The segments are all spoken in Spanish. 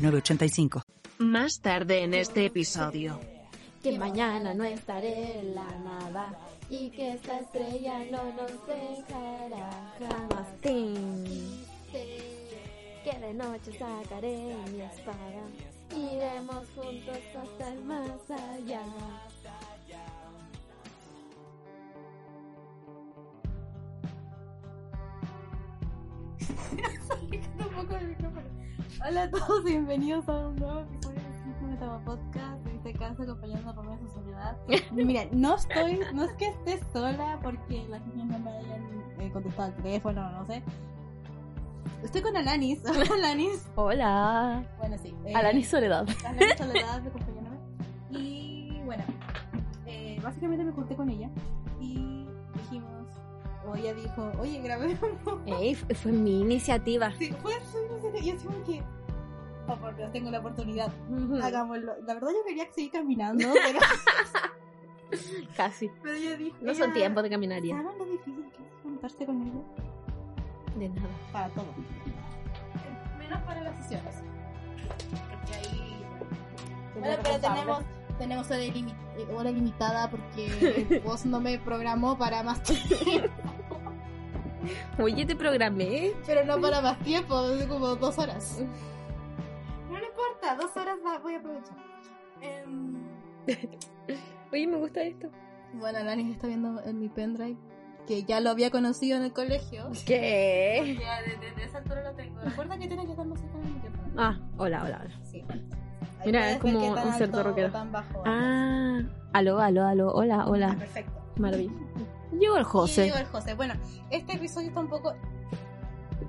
985. Más tarde en este episodio. Que mañana no estaré en la nada y que esta estrella no nos dejará jamás. Tin. Que de noche sacaré mi espada. Iremos juntos hasta el más allá. Tampoco el micrófono. Hola a todos, bienvenidos a un nuevo episodio de Cinco Metaba Podcast. En este caso, acompañando a Romeo en su soledad. Mira, no estoy, no es que esté sola porque las niñas no me hayan eh, contestado al teléfono, no sé. Estoy con Alanis. Hola, Alanis. Hola. Bueno, sí. eh, Alanis Soledad. Alanis Soledad, acompañándome. Y bueno, eh, básicamente me junté con ella y dijimos, o ella dijo, oye, grabemos. Ey, fue fue mi iniciativa. Sí, fue su iniciativa. Y así como que, oh, por Dios, tengo la oportunidad. Hagámoslo. La verdad, yo quería seguir caminando, pero, Casi. pero yo dije. No son "Ah, tiempos de caminar ya. ¿Saben lo difícil que es juntarse con ella? De nada. Para todo. Menos para las sesiones. Porque ahí. Bueno, pero tenemos, tenemos hora, ilimi- eh, hora limitada porque vos no me programó para más tiempo, Oye, te programé. pero no para más tiempo, es como dos horas. No le importa, dos horas va- voy a aprovechar. Em, Oye, me gusta esto. Bueno, Alanis está viendo en mi pendrive que ya lo había conocido en el colegio. ¿Qué? ya, desde de, de esa altura lo tengo. Recuerda que tiene que estar más cerca del micrófono. Ah, hola, hola, hola. Sí. Ahí Mira, puedes es como ver qué tan un cerdo alto o rockero. tan bajo. Ah. Aló, aló, aló. Hola, hola. Perfecto. Maravilloso. Llegó el Y José. llegó el José. Bueno, este episodio está un poco.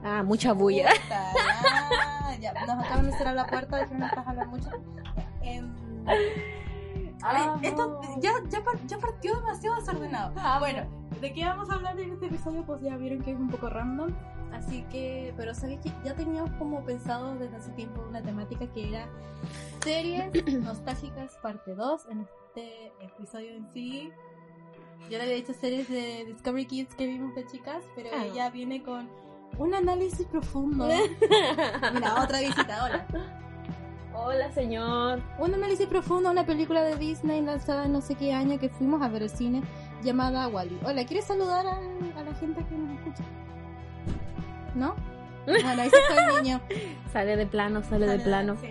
Ah, mucha bulla. Puta, ya, ya, nos acaban de cerrar la puerta, dijeron no estás hablando mucho. Em, ay, Ah, esto no. Ah, ya, ya, par- ya partió demasiado desordenado. bueno, ¿de qué vamos a hablar en este episodio? Pues ya vieron que es un poco random. Así que, pero sabéis que ya teníamos como pensado desde hace tiempo una temática que era series nostálgicas parte 2 en este episodio en sí. Yo le había dicho series de Discovery Kids que vimos de chicas, pero Ah. ella viene con un análisis profundo. Mira, otra visita, hola. Hola, señor. Un análisis profundo a una película de Disney lanzada en no sé qué año que fuimos a ver el cine llamada Wally. Hola, ¿quieres saludar a, a la gente que nos escucha? ¿No? Bueno, ese fue el niño. Sale de plano, sale de plano. Sí.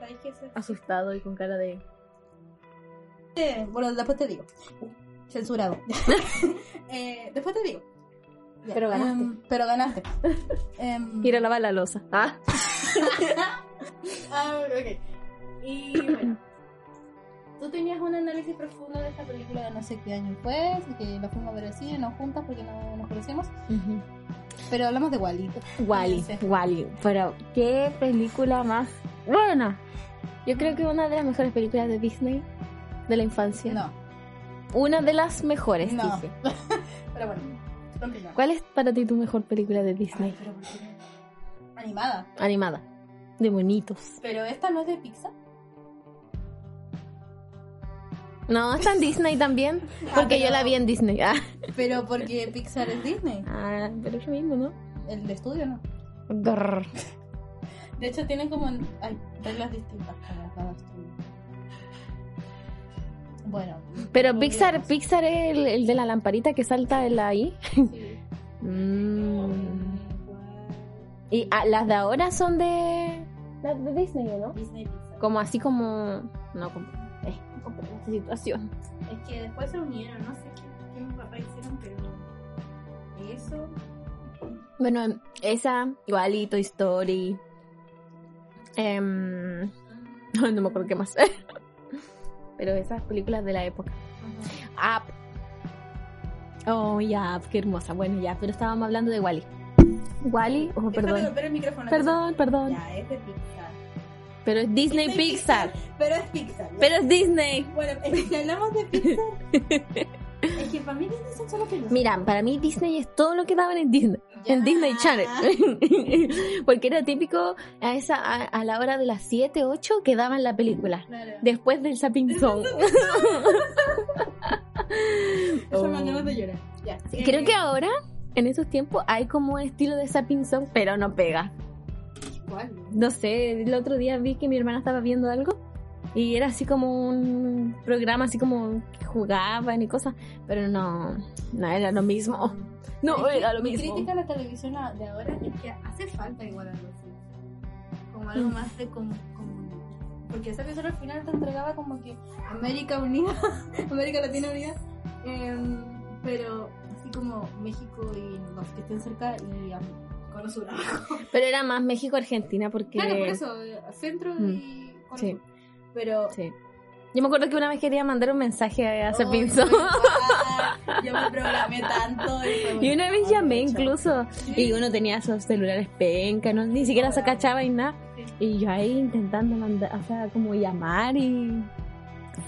¿Sabes qué es eso? Asustado y con cara de. Eh, Bueno, después te digo. Censurado. Eh, después te digo. Ya, Pero ganaste. em, pero ganaste. Em, Quiero lavar la losa. Ah. Ah, ok. Y bueno. Tú tenías un análisis profundo de esta película de no sé qué año fue, así que la fuimos a ver al cine, no juntas porque no nos conocemos, pero hablamos de Wally. Wally, Sí. Wally. Pero qué película más buena. Yo creo que una de las mejores películas de Disney de la infancia. No, Una de las mejores, No. dije. pero bueno, continúa. ¿Cuál es para ti tu mejor película de Disney? Ay, pero ¿por qué no? Animada. Animada. De monitos. Pero esta no es de Pixar. No, está en Disney también. Porque yo Ah, pero- la vi en Disney. Ah, Pero porque Pixar es Disney. Ah, pero es lo mismo, ¿no? El de estudio no. Grrr. De hecho, tienen como hay reglas distintas para cada estudio. Bueno, Pero Pixar, Pixar es el, el de la lamparita que salta el ahí. sí. Mm. Y ah, las de ahora son de. Las de Disney, ¿o ¿no? Disney Pixar. Como así como. No compré. Eh, no comprendo esta situación. Es que después se unieron, no sé qué, qué mis papás hicieron, pero eso. Bueno, em, esa, igualito, story. Em, no, no me acuerdo qué más. Pero esas películas de la época. Up. Oh, ya, qué hermosa. Bueno, ya, pero estábamos hablando de Wally. Wally, oh, Déjame perdón. golpear el micrófono. Perdón, perdón. Ya, es de Pixar. Pero es Disney, Disney Pixar. Pero es Pixar. ¿no? Pero es Disney. Bueno, es que si hablamos de Pixar. es que para mí Disney son solo películas. Mira, para mí Disney es todo lo que daban en Disney. En Ya. Disney Channel. Porque era típico a esa a, a la hora de las 7, 8 que daban la película. Claro. Después del Zapping Zone. Eso me Oh. acabas de llorar. Ya. Creo Eh, que ahora, en estos tiempos, hay como un estilo de Zapping Zone, pero no pega. ¿Cuál? no sé, el otro día vi que mi hermana estaba viendo algo y era así como un programa así como que jugaban y cosas, pero no, no era lo mismo. No Es que era lo mi mismo. crítica a la televisión a- de ahora es que hace falta igual algo así. Como algo Mm. más de como, Porque esa emisora al final te entregaba como que América Unida, América Latina Unida, em, pero así como México y los que estén cerca y am, Cono Sur. Pero era más México-Argentina porque... Claro, por eso, eh, centro Mm. y Cono Sí. Sur. Pero Sí. Yo me acuerdo que una vez quería mandar un mensaje a Oh, Cepinzo. igual, Yo me programé tanto. fue Y una vez bueno, llamé chao. incluso Sí. y uno tenía esos celulares penca, no, ni siquiera se Ahora. cachaba y nada. Sí. Y yo ahí intentando mandar, o sea, como llamar y...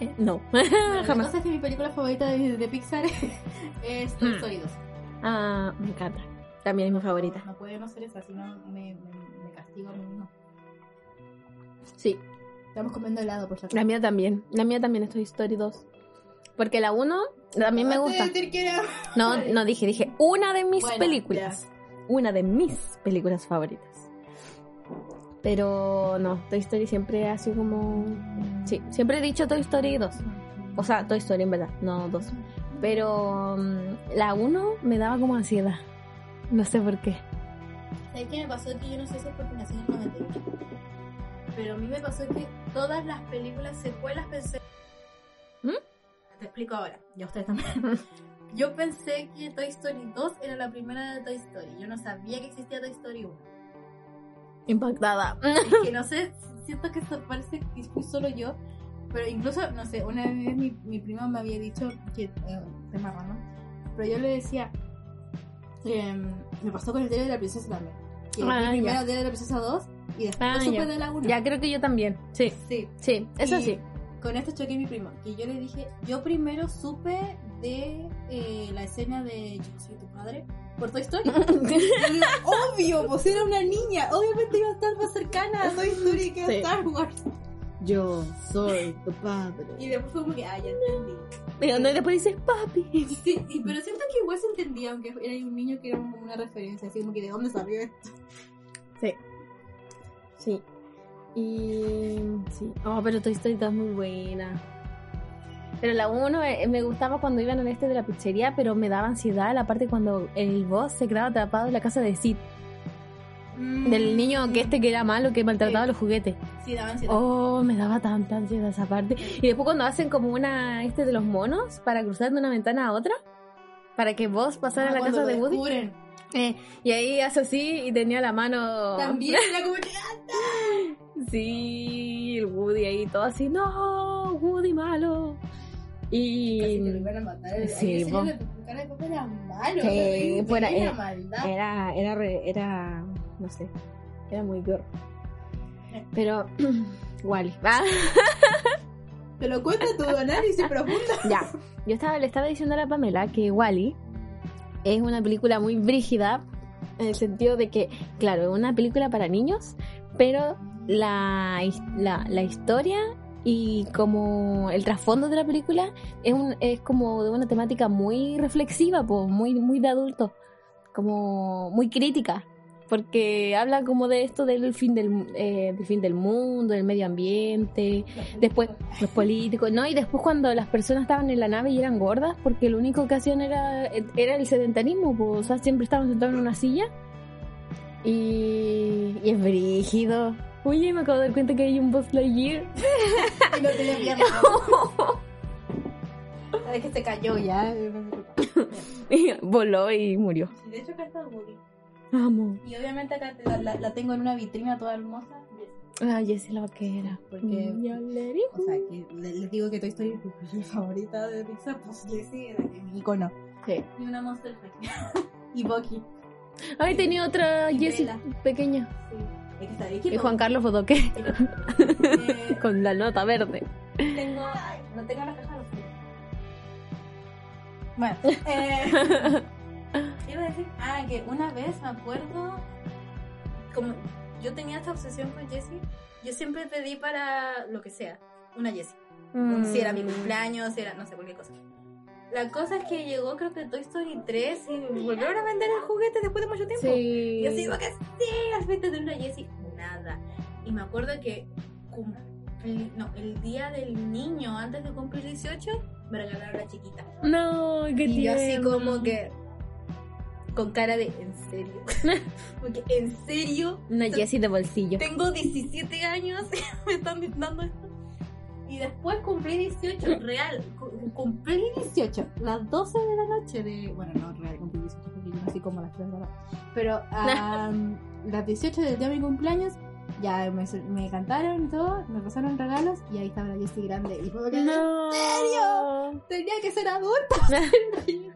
eh, No, Bueno, La jamás. cosa es que mi película favorita de, de Pixar es Hmm. Toy Story 2. Ah, me encanta. También es mi favorita. No puede no ser esa, si no me, me, me castigo a mí mismo. Sí, Estamos comiendo helado, por favor. la mía también. La mía también es Toy Story 2. Porque la 1 también me gusta. No, no dije, dije una de mis Bueno, películas. Una de mis películas favoritas. Pero no, Toy Story siempre ha sido como... Sí, siempre he dicho Toy Story 2. O sea, Toy Story en verdad, no 2. Pero mm, la 1 me daba como ansiedad. No sé por qué. ¿Sabes qué me pasó? Que yo no sé si es porque nací en el 98. Pero a mí me pasó que todas las películas secuelas pensé. ¿Mm? Te explico ahora, y a ustedes también. Yo pensé que Toy Story 2 era la primera de Toy Story. Yo no sabía que existía Toy Story 1. Impactada. Es que no sé, siento que esto parece que fui solo yo, pero incluso, no sé, una vez mi, mi prima me había dicho que, eh, tema raro, pero yo le decía, em, me pasó con el diario de la princesa también, que vi Ah, ya. primero el diario de la princesa 2 y después Ah, supe ya. de la 1. Ya creo que yo también. Sí, Sí, sí, eso Y sí. Con esto choqué a mi primo, que yo le dije, yo primero supe de eh, la escena de Yo soy tu padre por Toy Story. Y digo, Obvio, pues era una niña, obviamente iba a estar más cercana a Toy Story que a Sí. Star Wars. Yo soy tu padre. Y después fue como que, ah, ya entendí. Y donde después dices, papi. Sí, y- pero siento que igual se entendía, aunque era un niño que era como una referencia, así como que de dónde salió esto. Sí. Sí. Y. Sí. Oh, pero Toy Story 2 es muy buena. Pero la 1 eh, me gustaba cuando iban al este de la pizzería, pero me daba ansiedad la parte cuando el boss se quedaba atrapado en la casa de Sid. Del niño que este que era malo, que maltrataba Sí. los juguetes. Sí, daba ansiedad. Oh, me daba tanta ansiedad esa parte. Y después cuando hacen como una este de los monos para cruzar de una ventana a otra, para que vos pasara Ah, a la cuando casa de lo Woody. descubren. Eh, y ahí hace así y tenía la mano. También era como que, ah, Sí, el Woody ahí todo así, no, Woody malo. casi que lo Y mm, iban a matar. Ahí Sí, el vos. señor de tu cara de papá era malo. Sí, era- fuera- eh. tenía era- maldad. era, era, re- era, no sé, era muy girl. Eh. Pero, Wally, ah, Te lo cuento tu análisis profundo. ya. Yo estaba, le estaba diciendo a la Pamela que Wally es una película muy brígida en el sentido de que, claro, es una película para niños, pero la, his- la, la historia y como el trasfondo de la película es, un, es como de una temática muy reflexiva, po, muy, muy de adulto, como muy crítica, porque habla como de esto del fin del, mu- eh, del fin del mundo, del medio ambiente, después los políticos, ¿no? Y después cuando las personas estaban en la nave y eran gordas, porque lo único que hacían era, era el sedentarismo, po, o sea, siempre estaban sentados en una silla. Y, y es brígido. Oye, me acabo de dar cuenta que hay un Buzz Lightyear. Y no tenía pierna. Es que se cayó ya. Y Voló y murió. de hecho, acá está Woody. Amo. Y obviamente acá la, la- la tengo en una vitrina toda hermosa. Ah, Jessie la vaquera. Porque- Mm, yo le di- O sea, que le- les digo que Toy Story es mi favorita de Pixar, pues Jessie era que mi icono. Sí. Y una Monster High. y Bucky. Ay, tenía otra Y Jessie Bella. pequeña. Sí. Hay que estar el Y equipo. Juan Carlos Bodoque Eh, con la nota verde. tengo. ay, no tengo la caja de los frutos. Bueno, eh, iba a decir. Ah, que una vez me acuerdo. Como yo tenía esta obsesión con Jessie, yo siempre pedí para lo que sea una Jessie. Mm. Si era mi cumpleaños, si era no sé, cualquier cosa. La cosa es que llegó, creo que Toy Story 3 y volvieron a vender el juguete después de mucho tiempo. Sí. Y así digo que sí, las ventas de una Jessie, nada. Y me acuerdo que cumplí- no, el día del niño, antes de cumplir 18, me regalaron la chiquita. No, qué y yo así tierno. como que, con cara de, ¿en serio? Porque, ¿en serio? Una Jessie de bolsillo. Tengo 17 años y me están dando esto. Y después cumplí 18, real, cu- cumplí 18, las 12 de la noche de... Bueno, no, real, cumplí 18 porque yo nací como a las 3 de la noche. Pero a las 18 del día de mi cumpleaños, ya me, su- me cantaron y todo, me pasaron regalos y ahí estaba la Jessie grande. Y fue que No. serio? tenía que ser adulta.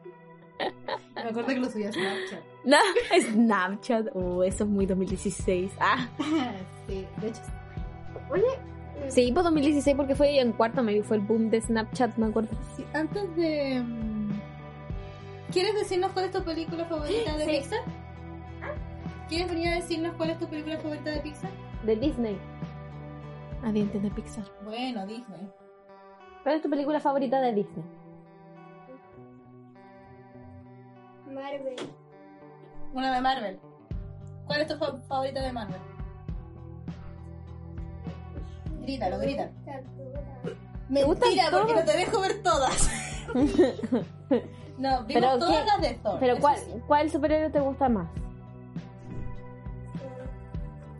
me acuerdo que lo subí a Snapchat. No, Snapchat. Oh, eso es muy 2016. Ah. sí, de hecho, Sí, pues 2016 porque fue en cuarto, me fue el boom de Snapchat, me acuerdo. Sí, antes de. mm, ¿Quieres decirnos cuál es tu película favorita de Sí. Ah. Pixar? ¿Quieres venir a decirnos cuál es tu película favorita de Pixar? De Disney. Ah, de entender Pixar. Bueno, Disney. ¿Cuál es tu película favorita de Disney? Marvel. Una de Marvel. ¿Cuál es tu fa- favorita de Marvel? Grítalo, grítalo. Me gustan Mentira, porque no todas. te dejo ver todas. no, vimos Pero todas qué- las de Thor. Pero Oh, eso ¿cuál, sí. cuál superhéroe te gusta más?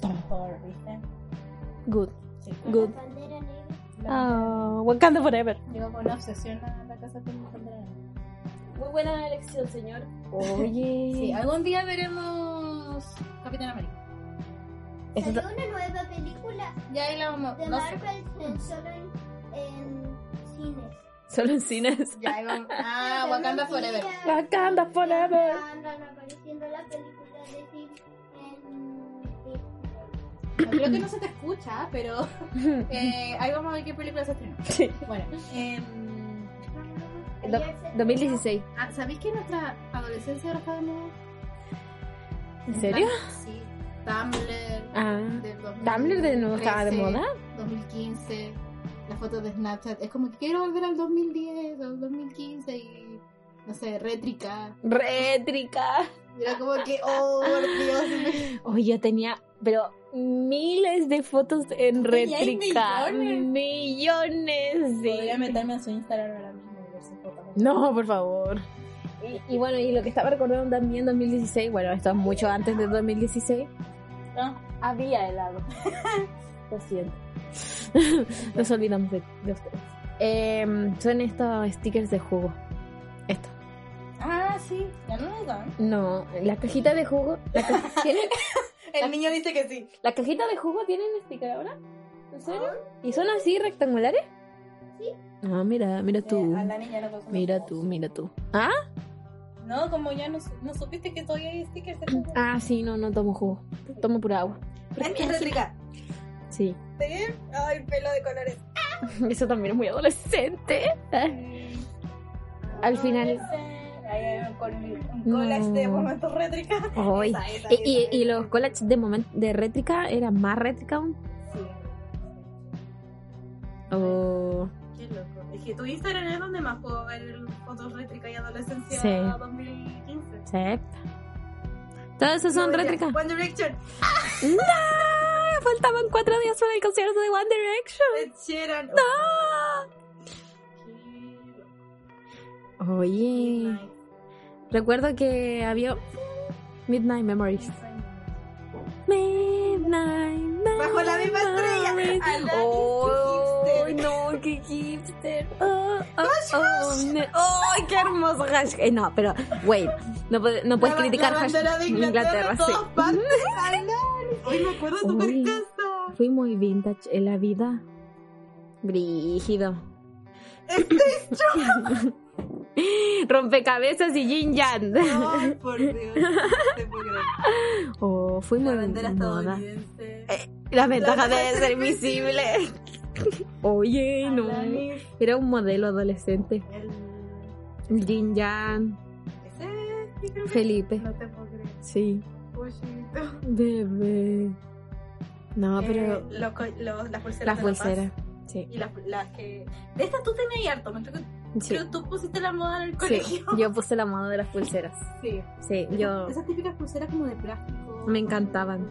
Thor, ¿viste? Good. Sí. Good. Bandera negra. La- Ah, Wakanda Forever. Llegó con una obsesión a la casa con mi bandera. Muy buena elección, señor. Oye. Sí, algún día veremos Capitán América. Eso Salió ta- una nueva película Ya ahí la vamos. de no sé. Marvel en solo en, en cines. Solo en cines. Ya ahí vamos. Ah, Wakanda Forever. Wakanda Forever. Andan apareciendo las películas de Disney en Disney. Creo que no se te escucha, pero eh, ahí vamos a ver qué película se estrena. Bueno, em, Do- Ayer se- 2016. ah, ¿sabéis que nuestra adolescencia ahora está de moda? ¿En serio? Sí. Tumblr. Ah. del 2013, ¿Tumblr de nuevo estaba de moda? 2015. Las fotos de Snapchat. Es como que quiero volver al 2010 o al 2015 y. No sé, rétrica. Rétrica. Y Era como que, oh, por Dios mío. Oye, yo tenía, pero miles de fotos en Oye, hay rétrica. millones. Millones Podría de. meterme a su Instagram ahora mismo y ver sus fotos. No, por favor. Y, y bueno, y lo que estaba recordando también 2016, bueno, esto es mucho antes de 2016. Ah. Había helado. Lo siento. Nos olvidamos de, de ustedes. Em, son estos stickers de jugo. Esto. Ah, sí. Ya no lo dan. No, la cajita de jugo. La, ca- ¿tienen- El niño dice que sí. la cajita de jugo tienen sticker ahora. ¿En serio? ¿Y son así rectangulares? Sí. Ah, mira, mira tú. Eh, a la niña no consume Mira jugos. tú, mira tú. ¿Ah? No, como ya no, su- no supiste que todavía hay stickers de jugo. Ah, sí, no, no tomo jugo. Tomo pura agua. Ay, mi rétrica. Sí. ¿Te Ay, pelo de colores. Eso también es muy adolescente. Al final. Ay, con un collage de No. momentos rétricas. Ay. Esa, esa, Y, y- esa, y esa. los collages de momento de rétrica eran más rétrica aún. Sí. O- Qué loco. Es que tu Instagram es donde más puedo ver fotos rétricas y adolescencia Sí. 2015. sí. Todas esas son No, ya. rétricas. One Direction. ¡No! Faltaban cuatro días para el concierto de One Direction. Ed Sheeran. ¡No! Oye. Recuerdo que había Midnight Memories. Midnight Memories. Bajo la misma estrella. I love Oh, you, qué hipster. no, qué hipster. Oh, oh, oh, ne- oh, qué hermoso hash. Eh, no, pero, wait, no, puede- no puedes La- criticar la hash- bandera de Inglaterra, sí. todas partes. I love you. Hoy me acuerdo de Uy. tu casa. Fui muy vintage en la vida. Brígido. Este es Ay, Rompecabezas y Yin Yang. Ay, por Dios. no te puedo creer. Oh, La fuimos bandera en moda. estadounidense. eh, Las ventajas ventajas de de ser ser visible. Oye, no. Alanis, Era un modelo adolescente. el- Jin Yang, ese- Felipe. No te puedo creer. Sí. Puchito. Bebé. No, Eh, pero lo co- lo- las pulseras. las de la paz. pulseras. Sí, Y las, las que. De estas tú tenías harto. Me creo que sí. creo que tú pusiste la moda en el Sí, colegio. yo puse la moda de las pulseras. Sí. Sí, Esas- yo. Esas típicas pulseras como de plástico. Me encantaban.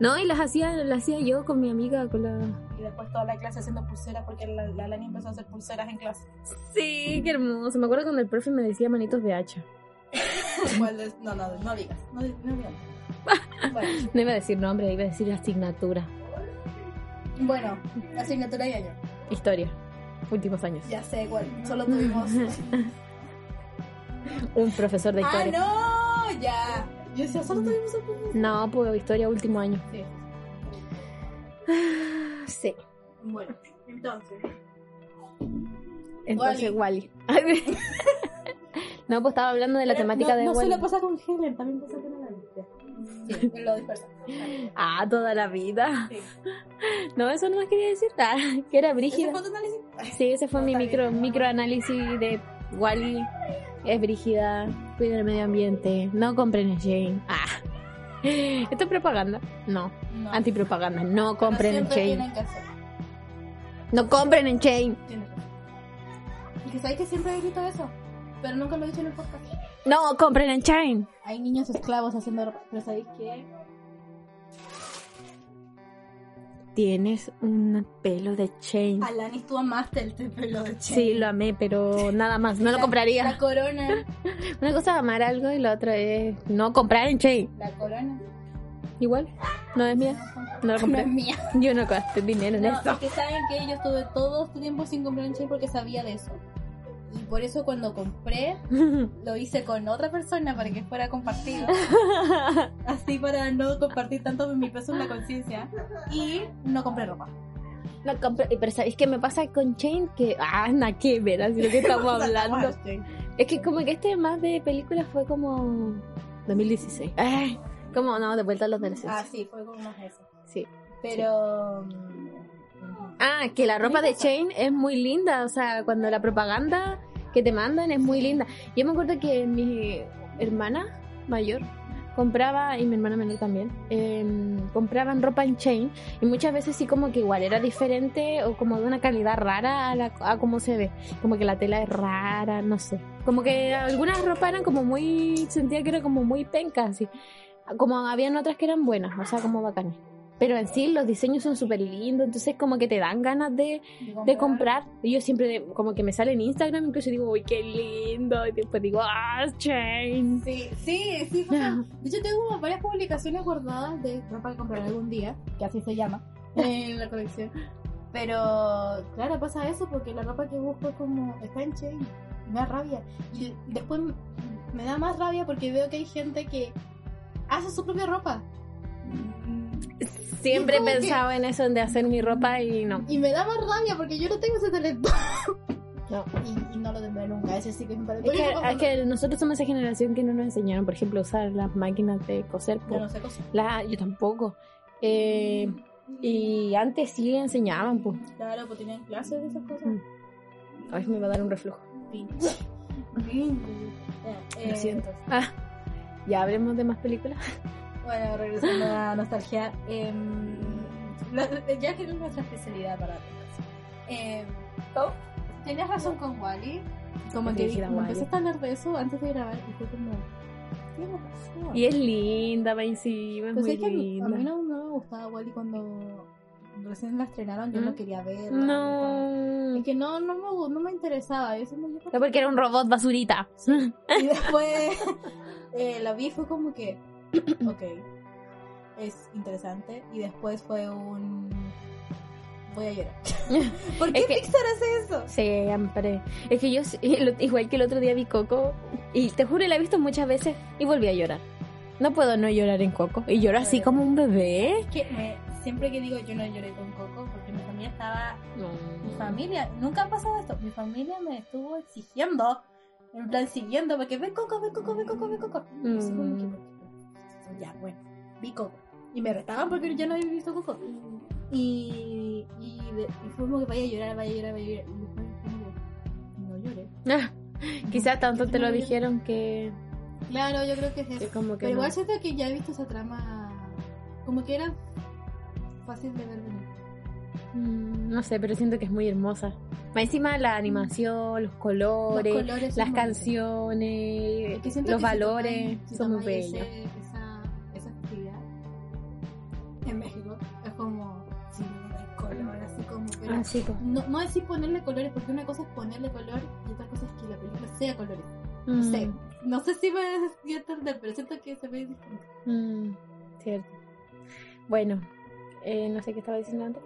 No, y las hacía, las hacía yo con mi amiga, con la. Y después toda la clase haciendo pulseras porque la, la Lani empezó a hacer pulseras en clase. Sí, qué hermoso. Me acuerdo cuando el profe me decía manitos de hacha. Igual es- no, no, no digas. No, di- no digas. Bueno, No iba a decir nombre, iba a decir asignatura. bueno, asignatura de año. Historia. Últimos años. Ya sé cuál. Solo tuvimos. Un profesor de ¡Ah, historia. no! Ya. Yo decía, solo tuvimos un poco. no? pues historia, último año. Ah, Sí. Sí. Bueno, entonces. Entonces, Wally. no, pues estaba hablando de la temática no, de no Wally. solo pasa con Helen, también pasa con la Sí, lo ¿Este dispersa. Ah, toda la vida. Sí. No, eso no quería decir. Ah, que era ¿Ese brígida. fue tu análisis? Sí, ese fue No, mi está micro bien. microanálisis de Wally. Es brígida, cuida el medio ambiente, no compren a Shane. Ah. ¿Esto es propaganda? No, No. antipropaganda. No Pero compren en siempre Shane. tienen que hacer. No compren en Shane. Tienes razón. Y que sabes que siempre he dicho eso, pero nunca lo he dicho en el podcast. No compren en Shane. Hay niños esclavos haciendo ropa, pero sabéis que Tienes un pelo de Shane. Alanis tú amaste el te- pelo de Chen. Sí, lo amé, pero nada más. No lo La- La compraría. corona. Una cosa es amar algo y la otra es no comprar en Shane. La corona. Igual, no es mía. No lo No es compré. mía. Yo no gasté dinero en No, eso. es que saben que yo estuve todo este tiempo sin comprar en Shein porque sabía de eso. Y por eso cuando compré, lo hice con otra persona para que fuera compartido. Así para no compartir tanto mi peso en la conciencia. Y no compré ropa. No compro, pero ¿sabéis qué me pasa con Chain? Que, ah, nada que ver, así lo que estamos hablando. Es que como que este más de películas fue como 2016. Ay, como, no, de vuelta a los Ah, adolescentes. sí, fue como más eso. Sí. Pero... Ah, que la ropa de Chain es muy linda, o sea, cuando la propaganda que te mandan es muy linda. Yo me acuerdo que mi hermana mayor compraba, y mi hermana menor también, eh, compraban ropa en Chain y muchas veces sí como que igual era diferente o como de una calidad rara a, la, a cómo se ve, como que la tela es rara, no sé. Como que algunas ropas eran como muy, sentía que era como muy penca, así. Como habían otras que eran buenas, o sea, como bacanas. Pero en sí los diseños son súper lindos, entonces como que te dan ganas de, mm, de comprar. Y yo siempre de- como que me sale en Instagram, incluso digo, uy, qué lindo. Y después digo, ah, Chain. Sí, sí, sí. fue- De hecho, tengo varias publicaciones guardadas de ropa que compraré algún día, que así se llama, en la colección. Pero, claro, pasa eso porque la ropa que busco es como, está en Shein, me da rabia. Y después m- me da más rabia porque veo que hay gente que hace su propia ropa. Siempre ¿Y cómo pensaba en eso de hacer mi ropa y no. Y me da más rabia porque yo no tengo ese talento. No. Y, y no lo tendré nunca, ese sí que es un talento. Es que, Yo no- es que nosotros somos esa generación que no nos enseñaron, por ejemplo, a usar las máquinas de coser. po. yo no sé coser. La- yo tampoco. Eh, y antes sí enseñaban, pues. Claro, pues tenían clases de esas cosas. Mm. Ay, me va a dar un reflujo. Pinche. Pinche. Eh, Lo siento. entonces, Ah, ya hablemos de más películas. Bueno, regresando a nostalgia. em, la- ya que es nuestra especialidad para todos. Eh, Tenías razón con Wally. Como Es que dirigida a como Wall-E. empezaste a hablar de eso antes de grabar y fue como. Tienes razón. Y es linda, va encima, es pues muy es que a mí, a linda. mí no, no me gustaba Wally cuando recién la estrenaron. Yo ¿Mm? no quería verla. No. Es que no, no me, gu- no me interesaba. Eso me No, porque era un robot basurita. Y después eh, la vi y fue como que, ok, es interesante. Y después fue un... Voy a llorar. ¿Por qué Es que- Pixar hace eso? Siempre. Es que yo, sí- lo- igual que el otro día vi Coco, y te juro, la he visto muchas veces y volví a llorar. No puedo no llorar en Coco. Y lloro así como un bebé. Es que me- siempre que digo yo no lloré con Coco, porque mi familia Mm. estaba... Mi familia, nunca ha pasado esto, mi familia me estuvo exigiendo En plan, siguiendo, porque ve Coco, ve Coco, ve Coco, ve Coco. Y así como que, Ya, bueno, vi Coco. Y me retaban porque yo no había visto Coco. Y, y, de- y fue como que vaya a llorar, vaya a llorar, vaya a llorar. Y después como, no lloré. Quizás Ah, tanto te lo dijeron que, Claro, yo creo que es eso. que como que Pero no. igual siento que ya he visto esa trama. Como que era fácil de ver venir. Mm, no sé, pero siento que es muy hermosa. Más encima la animación, los Mm. Los colores, colores las son bonitos. canciones, Es que siento los que si valores toman- si son muy toman ese- bellos. Esa, esa actividad en México es como si no le da color, así como. pero Así pues. No, no decir ponerle colores, porque una cosa es ponerle color y otra cosa es que la película sea colores. Mm, No sé, no sé si me voy a entender, pero siento que se ve distinto. mm, cierto. Bueno, eh, no sé qué estaba diciendo antes.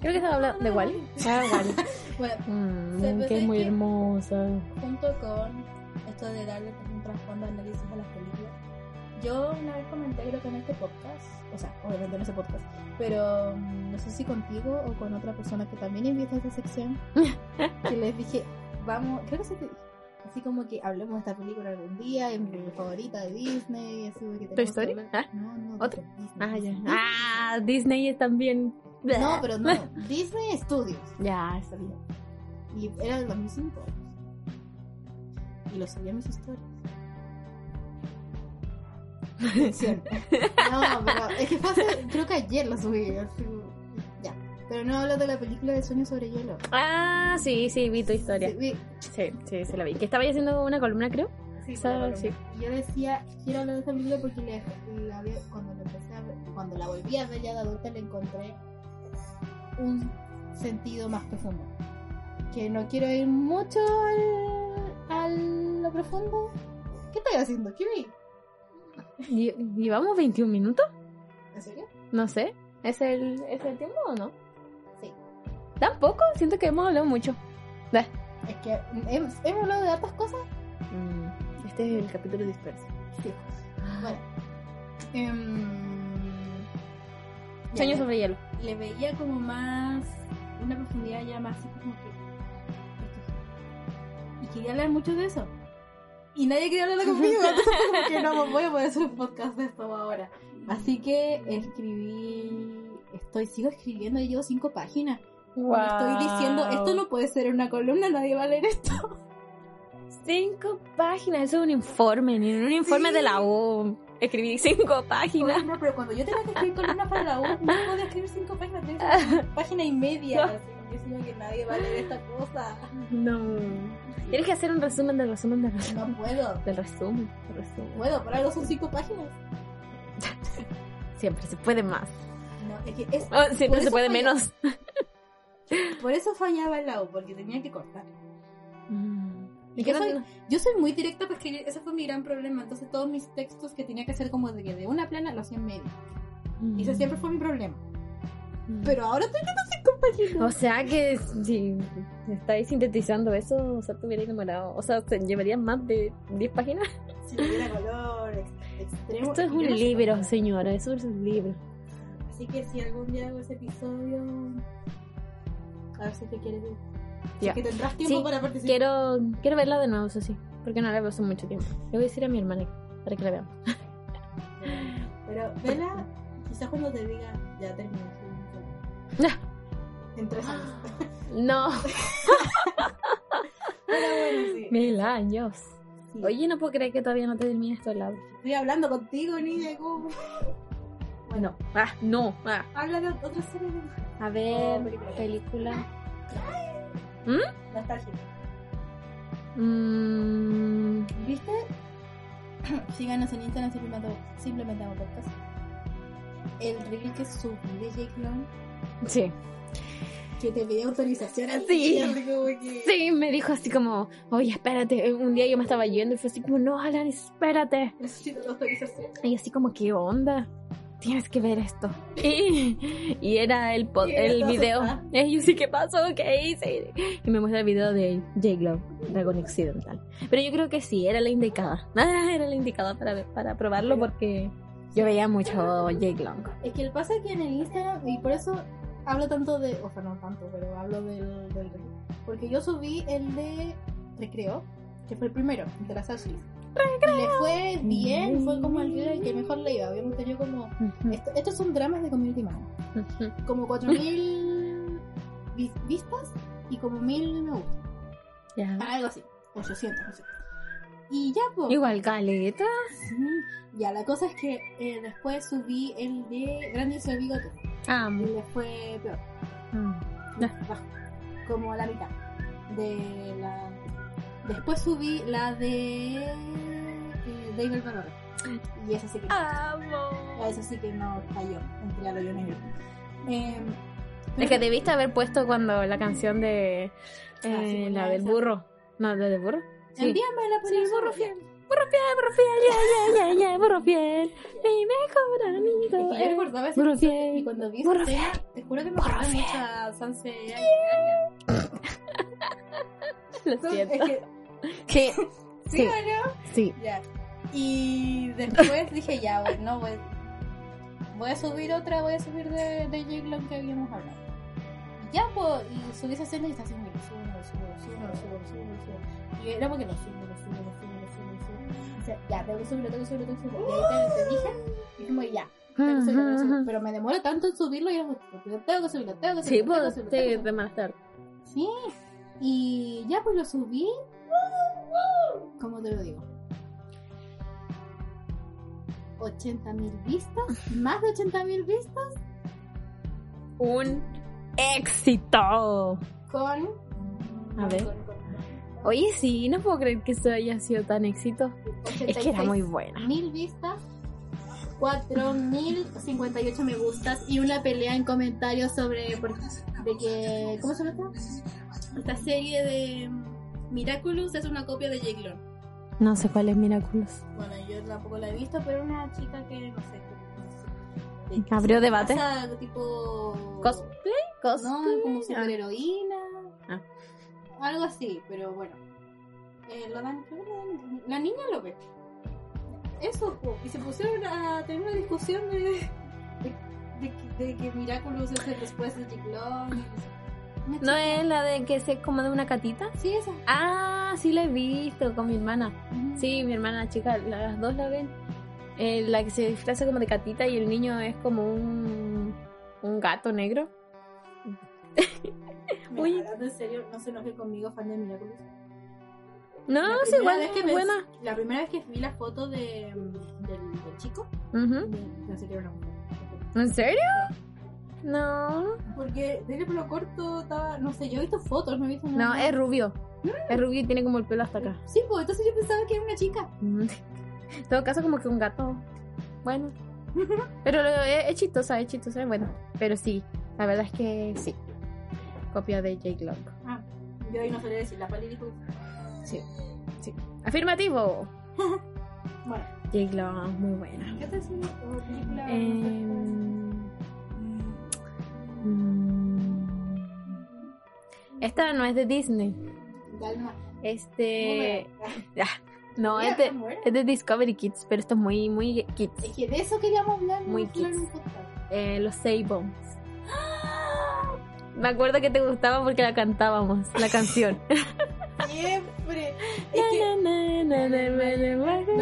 Creo que estaba hablando de Wally. Ah, Wally. Bueno, Se Mm, puede que es muy que- hermosa. junto con esto de darle pues, un trasfondo de análisis a las películas, yo una vez comenté creo que en este podcast, o sea, obviamente en ese podcast, pero mm, no sé si contigo o con otra persona que también invita a esta sección, que les dije, vamos, creo que sí te dije, así como que hablemos de esta película algún día, es mi favorita de Disney, así de que tenemos que Story? hablar. ¿Ah? No, no, ¿Otra? Disney, Disney, Ah, ya. Disney. Ah, Disney es también. No, pero no, Disney Studios Ya, está bien. salía. Y era del 2005. Y lo subía a mis historias. Atención. No, pero es que fue hace- creo que ayer lo subí. así, Ya. Pero no hablo de la película de Sueño sobre Hielo. Ah, sí, sí, vi tu historia. Sí, vi- Sí, sí, se la vi. Que estaba haciendo una columna, creo. sí, Esa- claro, sí. Y yo decía, quiero hablar de esta película porque le- la vi- cuando, la empecé a ver- cuando la volví a ver ya de adulta le encontré un sentido más profundo. Que no quiero ir mucho al, al- lo profundo. ¿Qué estoy haciendo? ¿Qué vi? Lle- ¿Llevamos 21 minutos? ¿En serio? No sé. ¿Es el, ¿Es el tiempo o no? Sí. Tampoco, siento que hemos hablado mucho. Da. Es que hemos, hemos hablado de hartas cosas. Mm, Este es el capítulo disperso. Ah. Sí. Bueno. Em, ya, Sueño ya. sobre hielo. le veía como más una profundidad ya más así como que- y quería hablar mucho de eso y nadie quería hablar conmigo entonces como que no voy a poder hacer un podcast de esto ahora así que escribí estoy sigo escribiendo y llevo cinco páginas Cuando estoy diciendo esto no puede ser una columna nadie va a leer esto Cinco páginas, eso es un informe, ni un informe Sí. de la U. Escribí cinco páginas. no, pero cuando yo tenía que escribir columnas para la U no podía escribir cinco páginas tenía que escribir página y media así como que siento que nadie va a leer esta cosa No. Tienes que hacer un resumen del resumen del resumen. no puedo Del resumen, del resumen. Bueno, por algo son cinco páginas. Siempre se puede más. No, es que es- Oh, Por siempre eso se puede falla. menos. por eso fallaba el lado, porque tenía que cortar. ¿Y ¿Y qué qué no- Yo soy muy directa para escribir, ese fue mi gran problema. Entonces todos mis textos que tenía que hacer como de que de una plana lo hacía en medio. Y ese siempre fue mi problema. Mm. Pero ahora tengo cinco O páginas. sea que si estáis sintetizando eso, o sea, te hubiera demorado. O sea, te llevarías más de 10 páginas. Si tuviera color ex- extremo. Esto es yo un no sé libro, cómo. señora, eso es un libro. Así que si algún día hago ese episodio. A ver si te quieres ir. Si Ya. es que tendrás tiempo Sí, para participar. Quiero, quiero verla de nuevo, eso sí, porque no la veo hace mucho tiempo. Le voy a decir a mi hermana para que la veamos. Pero vela, quizás cuando te diga, ya terminé. Ah, En tres años. No, Pero bueno, sí. mil años. Sí. Oye, no puedo creer que todavía no te termina esto el lado. Estoy hablando contigo, niña. ¿cómo? No, ah, no. ah. Habla de otra serie de A ver, No, película. película. nostalgia. Mm, ¿Viste? Síganos en Instagram, simplemente, simplemente hago podcast. El reel que subí de Jake Long, sí. que te pedí autorización así. Sí. así como que- Sí, me dijo así como, oye, espérate. Un día yo me estaba yendo y fue así como, no, Alan, espérate. Necesito tu autorización. Y así como, ¿qué onda? Tienes que ver esto. Y, y era el, pod- Y era el todo video. asustada. Y yo sí, ¿qué pasó? ¿Qué hice? Y me muestra el video de J-Glow, Dragón Occidental. Pero yo creo que sí, era la indicada. Ah, era la indicada para, ver- para probarlo porque yo veía mucho J-Glow. Es que el pasa es que en el Instagram, y por eso hablo tanto de. O sea, no tanto, pero hablo del, del reel. Porque yo subí el de Recreo, que fue el primero, de las Ashleys. Le fue bien, fue como el video al que mejor le iba. Habíamos tenido como. esto- estos son dramas de Community Man. Como 4.000 vis- vistas y como 1.000 me gusta. Ya. Algo así. 800, no sé. Y ya, pues. Igual caleta. Sí. Ya, la cosa es que eh, después subí el de Grande y su bigote. Y Amo. le fue peor. Mm. Bajo. Como la mitad. De la... Después subí la de eh, David Valor. Y esa sí que Amo. esa sí que no cayó entre el hoyo negro. Eh, Es que debiste haber puesto cuando la canción de. eh, sí, la la del esa. burro. No, la del burro. Sí. El día pues, me la ponía Sí, burro solo. fiel. Burro fiel, burro fiel, ya, ya, ya, ya, burro fiel. Mi mejor Es amigo. que yo eh. recordaba ese Burro episodio fiel. y cuando vi Burro esa escena, te juro que me acordaba fiel. mucho a Sanse Aguilera. Lo Entonces, es siento. que- Sí, ¿Sí sí, o no? sí. Ya. Y después dije, ya, bueno, voy, voy a subir otra, voy a subir de, de J-Long que habíamos hablado. Y ya, pues, y subí esa escena y está haciendo, subo, subo, subo, subo, subo, subo. Y era porque lo subo, lo subo, lo subo, lo subo, lo subo. O sea, ya, tengo que subirlo, tengo que subirlo, tengo que subirlo. Y ahí te, te dije, y como, ya, tengo que subirlo, tengo que subirlo. Pero me demoro tanto en subirlo y era como, tengo que subirlo, tengo que subirlo. Sí, tengo que pues subirlo, tengo que te subirlo. demandaste. Sí, y ya pues lo subí. ¿Cómo te lo digo? 80.000 vistas, más de 80.000 vistas Un éxito. con. A ver. con- con Oye, sí, no puedo creer que eso haya sido tan éxito. Es que era muy buena. 86.000 vistas, 4.058 me gustas y una pelea en comentarios sobre. por- de que, ¿Cómo se llama esta? Esta serie de. Miraculous es una copia de Jake Long. No sé cuál es Miraculous. Bueno, yo tampoco la he visto, pero una chica que no sé. que- de- ¿Abrió debate? pasa tipo. ¿Cosplay? No, ¿Cosplay? como Ah. superheroína. Ah. Algo así, pero bueno. Eh, lo dan- creo que lo dan- la niña lo ve. Eso, po, y se pusieron a tener una discusión de. de, de que- de que Miraculous es el después de Chiclón. y no sé. Una ¿No chica- es la de que se como de una catita? Sí, esa. Ah, sí la he visto con mi hermana. Sí, mi hermana chica, las dos la ven. Eh, la que se disfraza como de catita y el niño es como un, un gato negro. Mira, Oye. hablando en serio, no se enoje conmigo, fan de Miraculous. No, La es primera igual, vez es me- buena. la primera vez que vi la foto de, mm, del, del chico, Ujú. me- pensé que era una mujer. ¿En serio? No. Porque tenía el pelo corto, estaba, no sé, yo he visto fotos, no he visto No, nada. es rubio. Mm. Es rubio y tiene como el pelo hasta acá. Sí, pues entonces yo pensaba que era una chica. Mm. En todo caso, como que un gato. Bueno. Pero lo- es, es chistosa, es chistosa, bueno. Pero sí, la verdad es que sí. Copia de Jake Long. Yo ahí no sabía decir, la pali dijo. Sí, sí. Afirmativo. Bueno, Jake Long, muy buena. ¿qué tal si o película? Eh, Em, mm, esta no es de Disney. Dalma. Este. Boomerang. No, Mira, es de, Boomerang. es de Discovery Kids, pero esto es muy, muy kids. Es que de eso queríamos hablar. Muy vamos a hablar kids. un podcast. Eh, los Saibons. Me acuerdo que te gustaba porque la cantábamos, la canción. Siempre. Es que. No, espérate,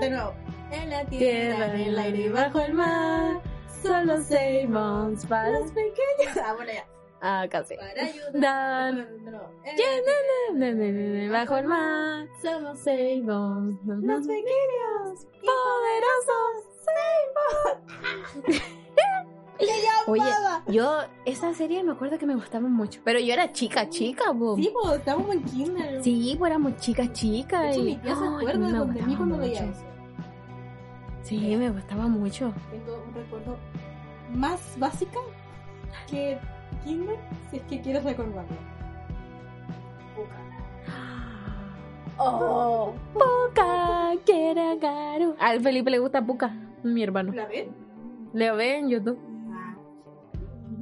de nuevo. En la tierra, en el aire y bajo el mar. son los Saibons para... Los pequeños. Ah, bueno, ya. Ah, casi. Para Dan. ayudar. No, no, no. Ya, na, na, na, na, na, Bajo el mar, son los Saibons. Los Los pequeños. poderosos Saibons. Oye, yo, esa serie me acuerdo que me gustaba mucho. Pero yo era chica, chica, boom. Sí, pues estamos en kinder. Sí, pues éramos chicas, chicas. De hecho, y- mi tía se Ay, acuerda me de gustaba mí cuando veía mucho. eso. Sí, me gustaba mucho. Tengo un recuerdo más básica que kinder, si es que quiero recordarlo. Oh, Puka quiere garu. Al Felipe le gusta Puka, mi hermano. ¿La ven? Leo ve en YouTube. Ah.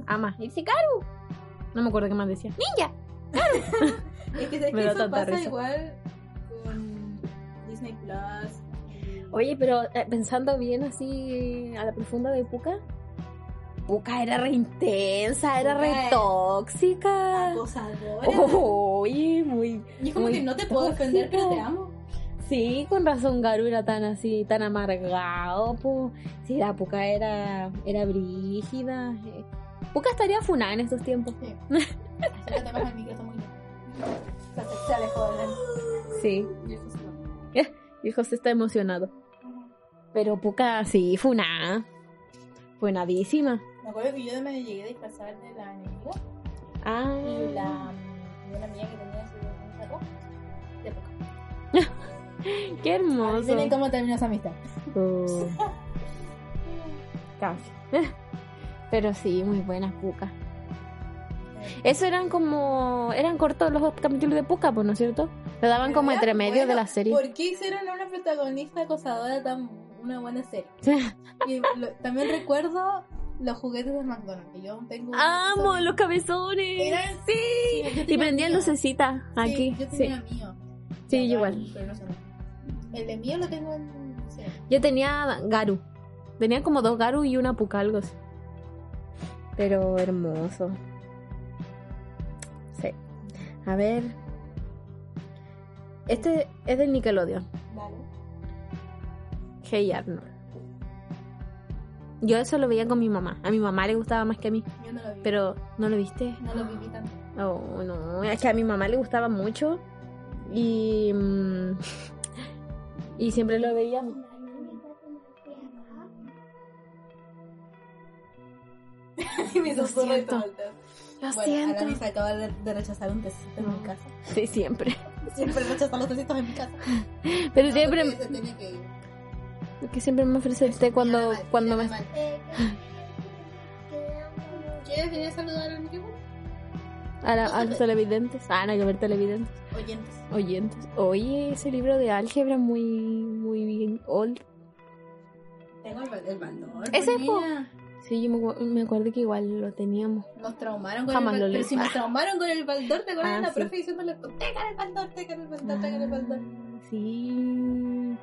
Ama. Y dice Garu. No me acuerdo qué más decía. ¡Ninja! Es que, es Me que da eso tanta pasa risa. igual con Disney Plus. y- Oye, pero eh, pensando bien así a la profunda de Puka, Puca era re intensa, era Puca re era tóxica. Acosadora. Oh. Oye, muy. y es como muy que no te puedo defender, pero te amo. Sí, con razón Garu era tan así, tan amargado, po. Sí, la Puca era, era brígida. eh. Puca estaría funada en estos tiempos. Sí. Acércate más al micrófono muy lejos. Se- Se alejó de Sí. Y eso sí. Y el José está emocionado. Pero Puca, sí, funada. Funadísima. Me acuerdo que yo me llegué a disfrazar de la enemiga Ah, y la de una amiga que tenía su un saco de poca. qué hermoso. Adivinen cómo terminó esa amistad. Oh. Casi. Pero sí, muy buenas Puca. Eso eran como. Eran cortos los capítulos de Puca, pues, ¿no es cierto? Lo daban como ¿Verdad? entre medio de Bueno, la serie. ¿Por qué hicieron a una protagonista acosadora tan una buena serie? Y lo- también recuerdo los juguetes de McDonald's. que Yo tengo un- ¡Amo son- los cabezones! Eran- ¡Sí! Mira, yo Y tenía prendían mío. lucecita aquí. Sí, yo Sí. tenía mío. Sí, yo Igual, igual. pero no son- El de mío lo tengo en. no sé. Yo tenía Garu. Tenía como dos Garu y una Puca, algo así. Pero hermoso. Sí. A ver. Este es del Nickelodeon. Vale. Hey Arnold. Yo eso lo veía con mi mamá. A mi mamá le gustaba más que a mí. Yo no lo vi. Pero, ¿no lo viste? No lo viví tanto. Oh, no. Es que a mi mamá le gustaba mucho. Y. mm, y siempre lo veíamos. Y me Lo susurro y siento. todo el tema. Lo Bueno, Alanis acaba de, de rechazar un tecito en mi casa. Sí, siempre. Siempre rechazan los tecitos en mi casa. Pero No, siempre. porque se tenía que ir. Que siempre me ofrece té cuando, Era mal, cuando era me... mal. ¿Quieres venir a saludar al micrófono? A, la- a los televidentes. Ah, no hay que ver televidentes. Oyentes. Oyentes. Oye, ese libro de álgebra es muy, muy bien old. Tengo el, el valor. Ese pues, po- niña. Sí, yo me, acu- me acuerdo que igual lo teníamos. Nos traumaron con Jamás el lo baldor. Pero leí. si nos traumaron con el baldor, ¿te acuerdas Ah, de la sí. profe diciéndole, tegan el baldor, tegan el baldor, tegan el baldor? Ah, sí.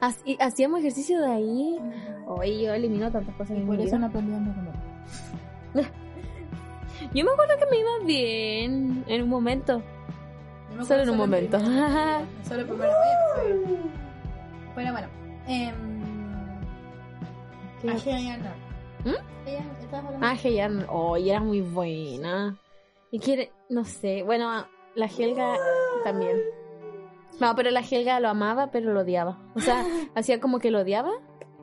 Así- hacíamos ejercicio de ahí. Oye, yo elimino tantas cosas. de mi vida. aprendíamos como. Yo me acuerdo que me iba bien en un momento. Solo en un momento. Solo primero. Bueno, bueno. bueno. Em, ¿Qué? ¿Mm? Así ella no. Ella, estabas hablando. Ah, Hey Arnold. Oye, era muy buena. Y quiere, no sé, bueno, la Helga también. No, pero la Helga lo amaba, pero lo odiaba. O sea, hacía como que lo odiaba,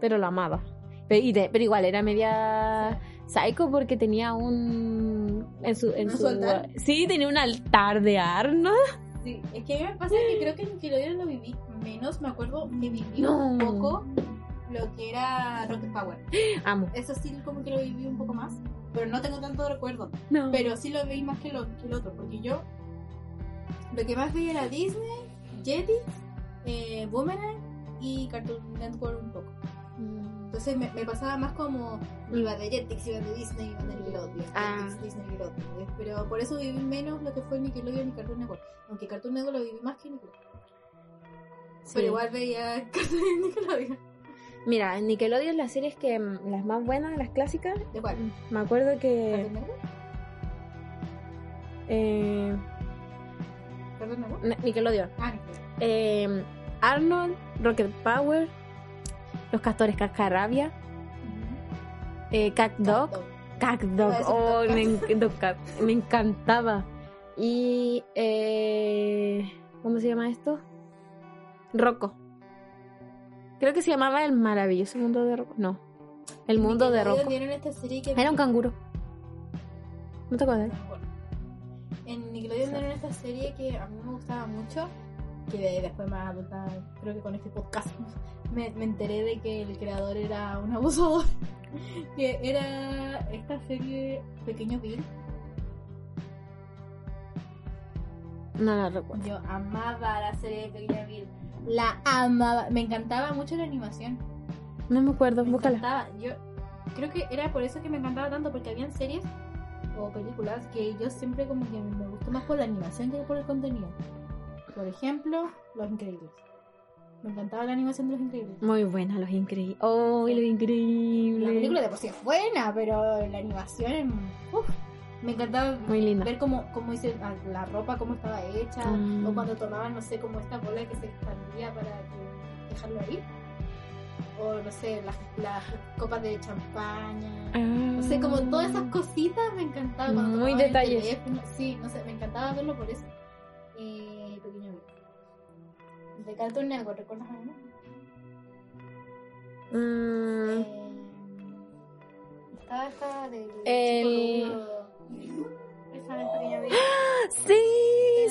pero lo amaba. Pero, y de- pero igual, era media psycho porque tenía un... En su, en ¿Un altar? Sí, tenía un altar de Arnold. Sí, es que a mí me pasa que creo que en Nickelodeon lo viví menos. Me acuerdo que viví un No. poco lo que era Rocket Power. Amo. Eso sí, como que lo viví un poco más. Pero no tengo tanto recuerdo. No. Pero sí lo vi más que, lo, que el otro. Porque yo lo que más vi era Disney, Jetix, eh, Boomerang y Cartoon Network un poco. Mm. Entonces me, me pasaba más como iba de Jetix, iba de Disney, iba de Nickelodeon. Ah. Jetix, Disney, Nickelodeon. ¿ves? Pero por eso viví menos lo que fue Nickelodeon y Cartoon Network. Aunque Cartoon Network lo viví más que Nickelodeon. Sí. Pero igual veía Cartoon y Nickelodeon. Mira, en Nickelodeon las series que... mm, Las más buenas, las clásicas. ¿De cuál? Me acuerdo que... ¿Cartoon Network? eh, ¿Cartoon Network? N- Nickelodeon. Ah, Nickelodeon. Eh, Arnold, Rocket Power, Los Castores Cascarrabia, eh, Cat Dog. Cartoon. Cat Iba Dog, a decir oh, Dog me, enc- Dog Cat, me encantaba. Y. eh, ¿Cómo se llama esto? Rocco. Creo que se llamaba El Maravilloso Mundo de Rocco. No, El Mundo de Nickelodeon Rocco. dieron esta serie que Era un canguro. ¿No te acuerdas? En Nickelodeon dieron esta serie que a mí me gustaba mucho, que de- después más adulta, creo que con este podcast, me, me enteré de que el creador era un abusador. que era esta serie Pequeño Bill. No la recuerdo. Yo amaba la serie de Pequeño Bill. La amaba. Me encantaba mucho la animación. No me acuerdo, Me Pues búscala. encantaba. Yo creo que era por eso que me encantaba tanto, porque habían series o películas que yo siempre como que me gustó más por la animación que por el contenido. Por ejemplo, Los Increíbles. Me encantaba la animación de los increíbles. Muy buena, los increíbles. ¡Oh, los La increíbles! película de por sí es buena, pero la animación es. uf, me encantaba Muy linda. ver cómo, cómo hice ah, la ropa, cómo estaba hecha, Mm. o cuando tomaban, no sé, como esta bola que se expandía para que- dejarlo ahí. O no sé, las, las copas de champaña. Ah. No sé, como todas esas cositas me encantaba. Cuando Muy tomaban el detalles. teléfono, Sí, no sé, me encantaba verlo por eso. Eh, pequeño Big. De Cartoon Network, ¿recuerdas alguno? Mm, Eh, Estaba esta del El- chico rubio. Esa del pequeño Big. ¡Sí!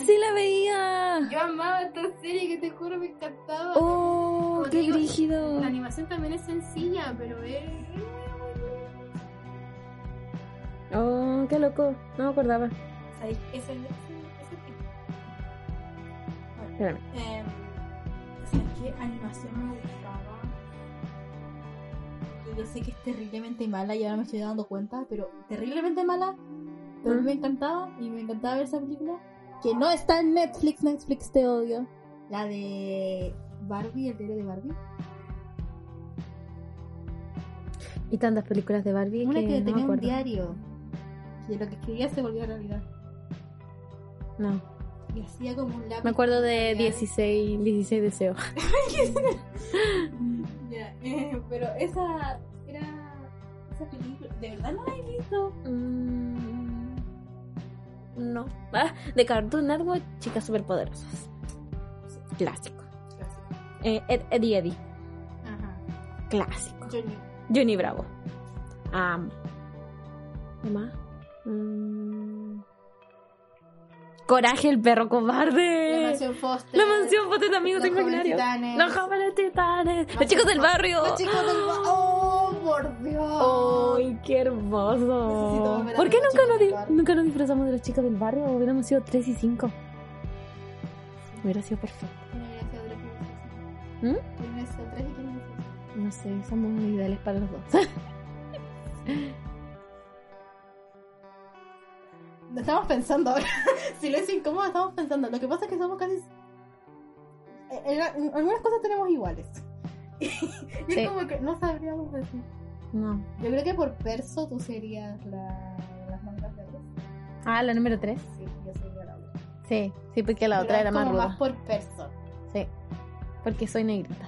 ¡Sí la veía! Ah. Yo amaba esta serie que te juro me encantaba. ¡Oh, Como te qué digo, brígido! La animación también es sencilla, pero es. ¡Oh, qué loco! No me acordaba. O sea, es es el. es el- es el tipo. Espérame. Eh, ¿Sabes qué animación me gustaba? Que yo sé que es terriblemente mala y ahora me estoy dando cuenta, pero terriblemente mala. Pero a mí me encantaba y me encantaba ver esa película. Que no está en Netflix, Netflix te odio. La de Barbie, el diario de Barbie. Y tantas películas de Barbie Una que, que no me tenía un acuerdo. diario. Y lo que escribía se volvió realidad. No. Y hacía como un lápiz. Me acuerdo de Real. 16, 16 deseos. Ya, eh, pero esa era. Esa película. De verdad no la he visto. Mm, no. Ah, de Cartoon Network, chicas superpoderosas. Clásico. Eh, Ed- Eddie Eddie. Ajá. Clásico. Johnny. Johnny Bravo. Amo. ¿Qué más? Mm. Coraje el perro cobarde. La mansión Foster. Eh, La mansión Foster de amigos Los jóvenes imaginarios. titanes. Los jóvenes titanes. Los Mansión chicos del Foster. barrio. Los chicos del barrio. ¡Oh, por Dios! ¡Ay, qué Necesito hermoso! volver a ¿Por ver los qué nunca chicos nos, del di- barrio? nunca nos disfrazamos de los chicos del barrio? Hubiéramos sido 3 y 5. Hubiera sido perfecto. Tiene gracia de los que ¿Mm? no sé. Tiene gracia atrás y tiene gracia. No sé, somos muy ideales para los dos. Lo estamos pensando ahora. Silencio incómodo, estamos pensando. Lo que pasa es que somos casi. en- en algunas cosas tenemos iguales. y Sí. es como que no sabríamos decir. No. Yo creo que por perso tú serías la, las mangas verdes. Ah, la número 3. Sí, yo sería la otra. Sí, sí, porque la Pero otra es era más como más ruda. por perso. Sí, porque soy negrita.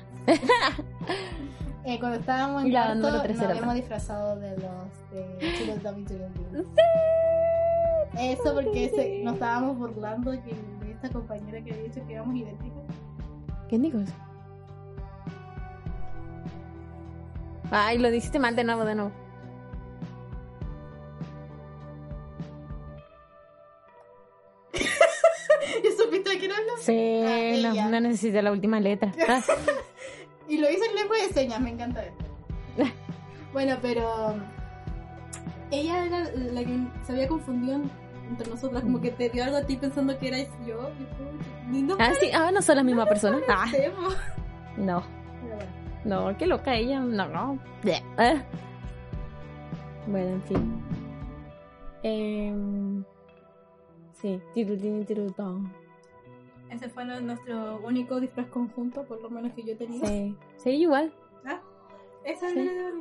Eh, cuando estábamos en Y la cuarto, número tres nos era habíamos más. disfrazado de los de chicos de Aventureros. Eso porque ese- nos estábamos burlando que de esta compañera que había dicho que éramos idénticos. ¿Qué digo eso? Ay, lo dijiste mal de nuevo, de nuevo. ¿Y supiste de quién hablo? Sí, Ah, no, ella. no necesité la última letra. Ah, Y lo hizo en lengua de señas, me encanta esto. bueno, pero um, ella era la que se había confundido en- entre nosotras, como que te dio algo a ti pensando que erais yo. Y tú, ni no ah, sí, ah, no son la misma persona. Ah, parecemos. no. Pero bueno. No, qué loca ella. No, no. Bleh. Ah. Bueno, en fin. Em, sí, tirutín y tirutón. Ese fue no- nuestro único disfraz conjunto, por lo menos que yo tenía. Sí, sí, igual. ¿Ah? Esa Sí. era la de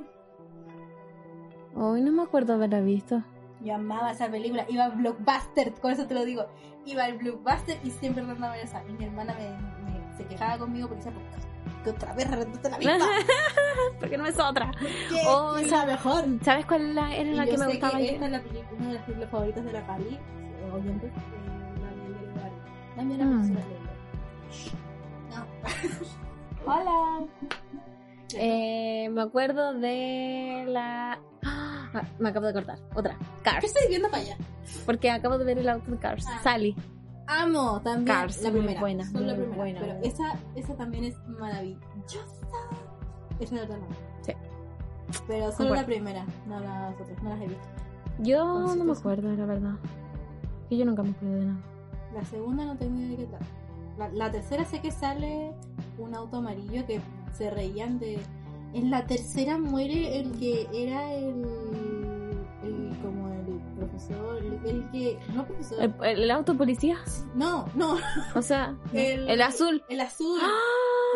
Hoy no me acuerdo haberla visto. Yo amaba esa película, iba al Blockbuster, con eso te lo digo. Iba al Blockbuster y siempre rentaba esa. Y mi hermana me, me- se quejaba conmigo porque decía, "¿Por qué otra vez rentaste la misma? Porque no es otra. ¿Qué? Oh, Y esa- la mejor. ¿Sabes cuál la- era Y la yo que me sé gustaba? que yo? esta es la película, una de las películas favoritas de la Cali, eh, oyentes, eh, la de Diego Barrio. También la Mm. persona de No. Hola. Eh, me acuerdo de la. Ah, me acabo de cortar. Otra. ¿Qué Cars. estoy viendo para allá? Porque acabo de ver el auto de Cars. Ah. Sally. Amo también Cars, la muy primera. buena, solo la muy primera, buena, pero muy esa, esa también es maravillosa. Esa de verdad la amo. Sí. Pero solo Concuerdo. la primera, no las otras, no las he visto. Yo Ah, sí, no me pues. acuerdo, la verdad. Que yo nunca me acuerdo de nada. La segunda no tengo idea de qué tal. La, la tercera sé que sale un auto amarillo que se reían de. En la tercera muere el que era el. el como el profesor, el, el que. No profesor. El, el- el auto policía. No, no, O sea, El- el, azul. el azul. ¡Ah!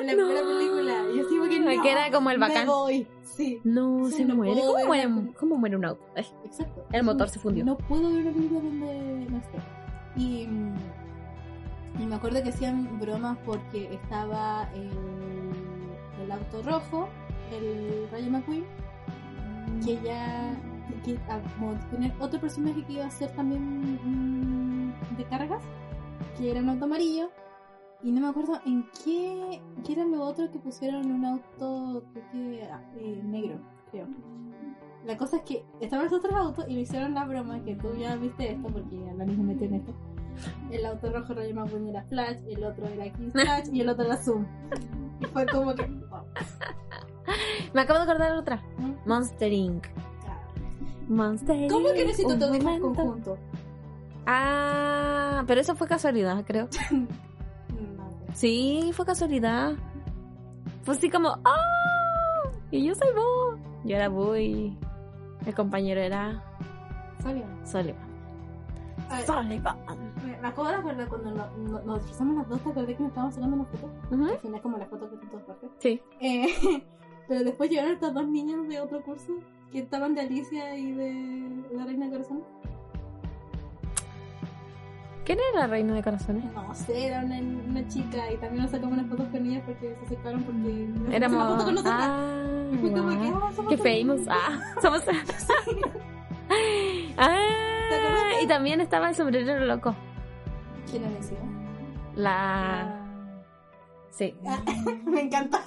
en la primera película. Y yo así como que Me no, queda como el bacán. Me voy. Sí. No, Sí, se no muere. puedo ¿Cómo ver muere, la un- película. ¿Cómo muere un auto? Ay, Exacto. El motor se fundió. No puedo ver una película donde no esté. Y, mm, y me acuerdo que hacían bromas porque estaba el, el auto rojo, el Rayo McQueen, Mm. que ya que, ah, como tener otro personaje que iba a ser también mm, de cargas, que era un auto amarillo. Y no me acuerdo en qué, qué era lo otro que pusieron un auto creo que, ah, eh, negro, creo. La cosa es que estaban los otros autos y le hicieron la broma que tú ya viste esto porque ya la misma metió en esto. El auto rojo Rayo McQueen era Flash, el otro era King Flash y el otro era Zoom. Y fue como que. wow. Me acabo de acordar de otra. Monster Inc. Monster ¿Cómo Inc, que necesito un todo en momento. conjunto? Ah, pero eso fue casualidad, creo. No, Sí, fue casualidad. Fue así como, ¡ah! Y yo soy Bo. Yo era Bo y el compañero era salió. Sullivan. A ver, Sullivan. Me me acabo de acordar cuando no- no- nos disfrazamos las dos, te acordé que nos estábamos sacando las fotos. Ujú. Al final, como las fotos que están en todas partes. Sí. Eh, pero después llegaron estas dos niñas de otro curso que estaban de Alicia y de la Reina del Corazón. ¿Quién era la reina de corazones? No sé, era una, una chica y también nos sacamos unas fotos con ellas porque se aceptaron porque nos hicieron una Éramos. foto con nosotras. Ah, Y fue como que, guau. ah, somos Qué tan famous. lindas. Ah, somos. ah, y también estaba el sombrero loco. ¿Quién era ese? La. Ah. Sí. Me encanta.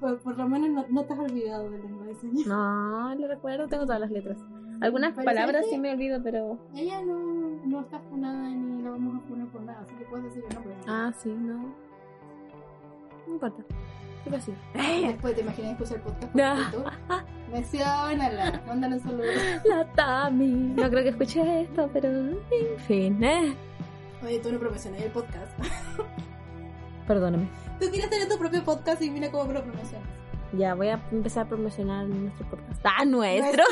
Por, por lo menos no, no te has olvidado del lenguaje de señas. No, lo recuerdo, tengo todas las letras. Algunas Parece palabras que- sí me olvido, pero. Ella no, no está funada ni la vamos a funar por nada, así que puedes decir el nombre. Ah, sí, no. No importa. ¿Qué pasó? Después te imaginas escuchar el podcast. No. completo. Menciónala, mándale un saludo. La Tami. No creo que escuché esto, pero. En fin, eh. Oye, tú no promocionas el podcast. Perdóname. Tú quieres tener tu propio podcast y mira cómo lo promocionas. Ya voy a empezar a promocionar nuestro podcast. ¡Ah, nuestro!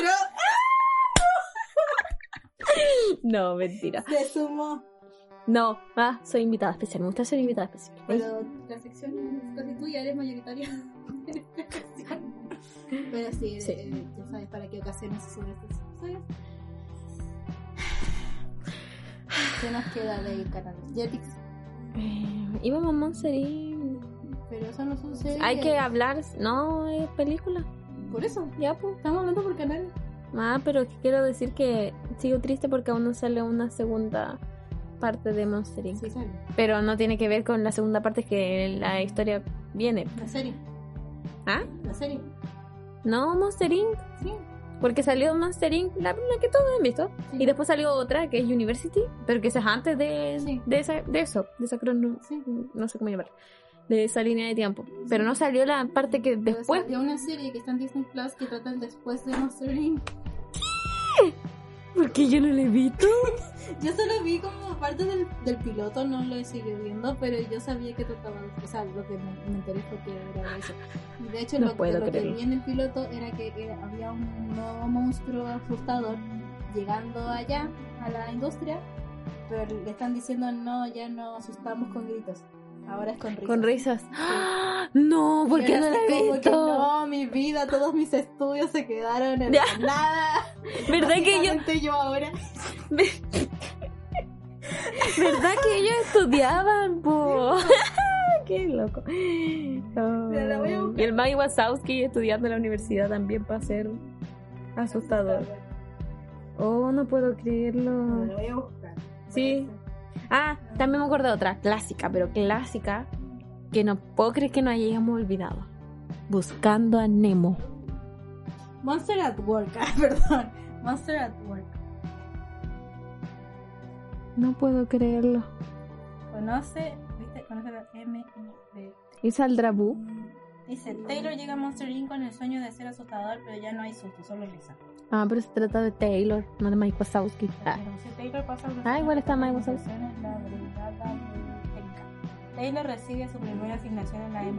No, mentira. De sumo. No, ah, soy invitada especial. Me gusta ser invitada especial. Pero la sección casi tuya eres mayoritaria. en esta sección. Pero sí, Sí. eh, ya sabes para qué ocasiones sobre estos episodios. ¿Qué nos queda de canal? Jetix. Eh, íbamos a Monster Inc. Pero eso no sucede. Hay que hablar. No, es película. Por eso. Ya, pues. Estamos hablando por canal. Ah, pero que quiero decir que sigo triste porque aún no sale una segunda parte de Monster Inc. Sí, sale. Pero no tiene que ver con la segunda parte que la historia viene. La serie. ¿Ah? La serie. No, Monster Inc. Sí. Porque salió Monster Inc. La, la que todos han visto. Sí. Y después salió otra que es University. Pero que esa es antes de, Sí. de, esa- de eso. De esa crono, Sí. no sé cómo llamarla. De esa línea de tiempo. Pero no salió la parte que después. De una serie que está en Disney Plus que trata el después de Monster Inc. Porque yo no la he visto. Yo solo vi como parte del, del piloto, no lo seguido viendo, pero yo sabía que trataba de. O sea, lo que me, me enteré fue que era eso. Y de hecho, No lo, puedo lo que creerlo. vi en el piloto era que era- había un nuevo monstruo asustador llegando allá, a la industria, pero le están diciendo: no, ya no asustamos con gritos, ahora es con risas. Con risas. ¡Ah! No, ¿por qué Era no la así he como que, visto? no, mi vida, todos mis estudios se quedaron en Ya. nada. ¿Verdad que yo Básicamente yo ahora. ¿Verdad que ellos estudiaban, po? Qué loco. Oh. Ya la voy a buscar. Y el Mike Wazowski estudiando en la universidad también para ser asustador. Oh, no puedo Lo creerlo. voy a buscar. Sí. Ah, también me acuerdo de otra clásica, pero clásica que no puedo creer que no hayamos olvidado. Buscando a Nemo. Monster at Work, ah, perdón. Monster at Work. No puedo creerlo. Conoce, viste, conoce la M I B. ¿Y saldrá Bu? Dice, Taylor llega a Monster Inc. con el sueño de ser asustador, pero ya no hay susto, solo risa. Ah, pero se trata de Taylor, no de Mike Wazowski. Ah. Pero si Taylor pasa una Ah, igual está Mike Wazowski. asignación en la brigada técnica. Taylor recibe su primera asignación en la MIB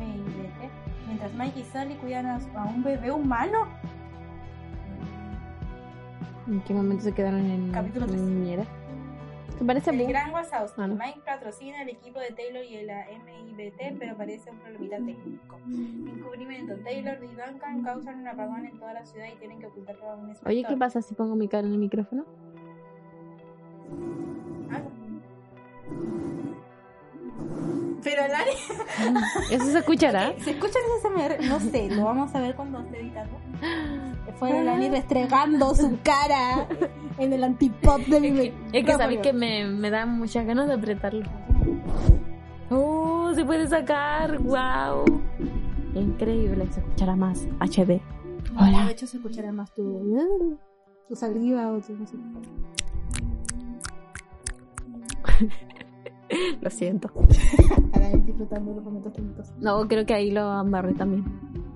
MIBT, mientras Mike y Sally cuidan a, su- a un bebé humano. ¿En qué momento se quedaron en Capítulo en tres. niñera? ¿Te parece El bu- gran Wazowski. Ah, no. Mike patrocina el equipo de Taylor y la MIBT, pero parece un problemita técnico. Encubrimiento. Taylor y Duncan causan un apagón en toda la ciudad y tienen que ocultarlo a un inspector. Oye, ¿qué pasa si pongo mi cara en el micrófono? Ah. Pero Lari, ¿Eso se escuchará? ¿se escucha el SMR? No sé, lo vamos a ver cuando esté editando. Fue Lari restregando su cara en el antipop de mi Es que micrófono. sabéis que me, me da muchas ganas de apretarlo. ¡Oh! Se puede sacar. ¡Wow! Increíble, se escuchará más. HD. Hola. De hecho, se escuchará más tu, tu saliva o tu. No sé. Lo siento. Para ir disfrutando los momentos técnicos. No, creo que ahí lo amarré también.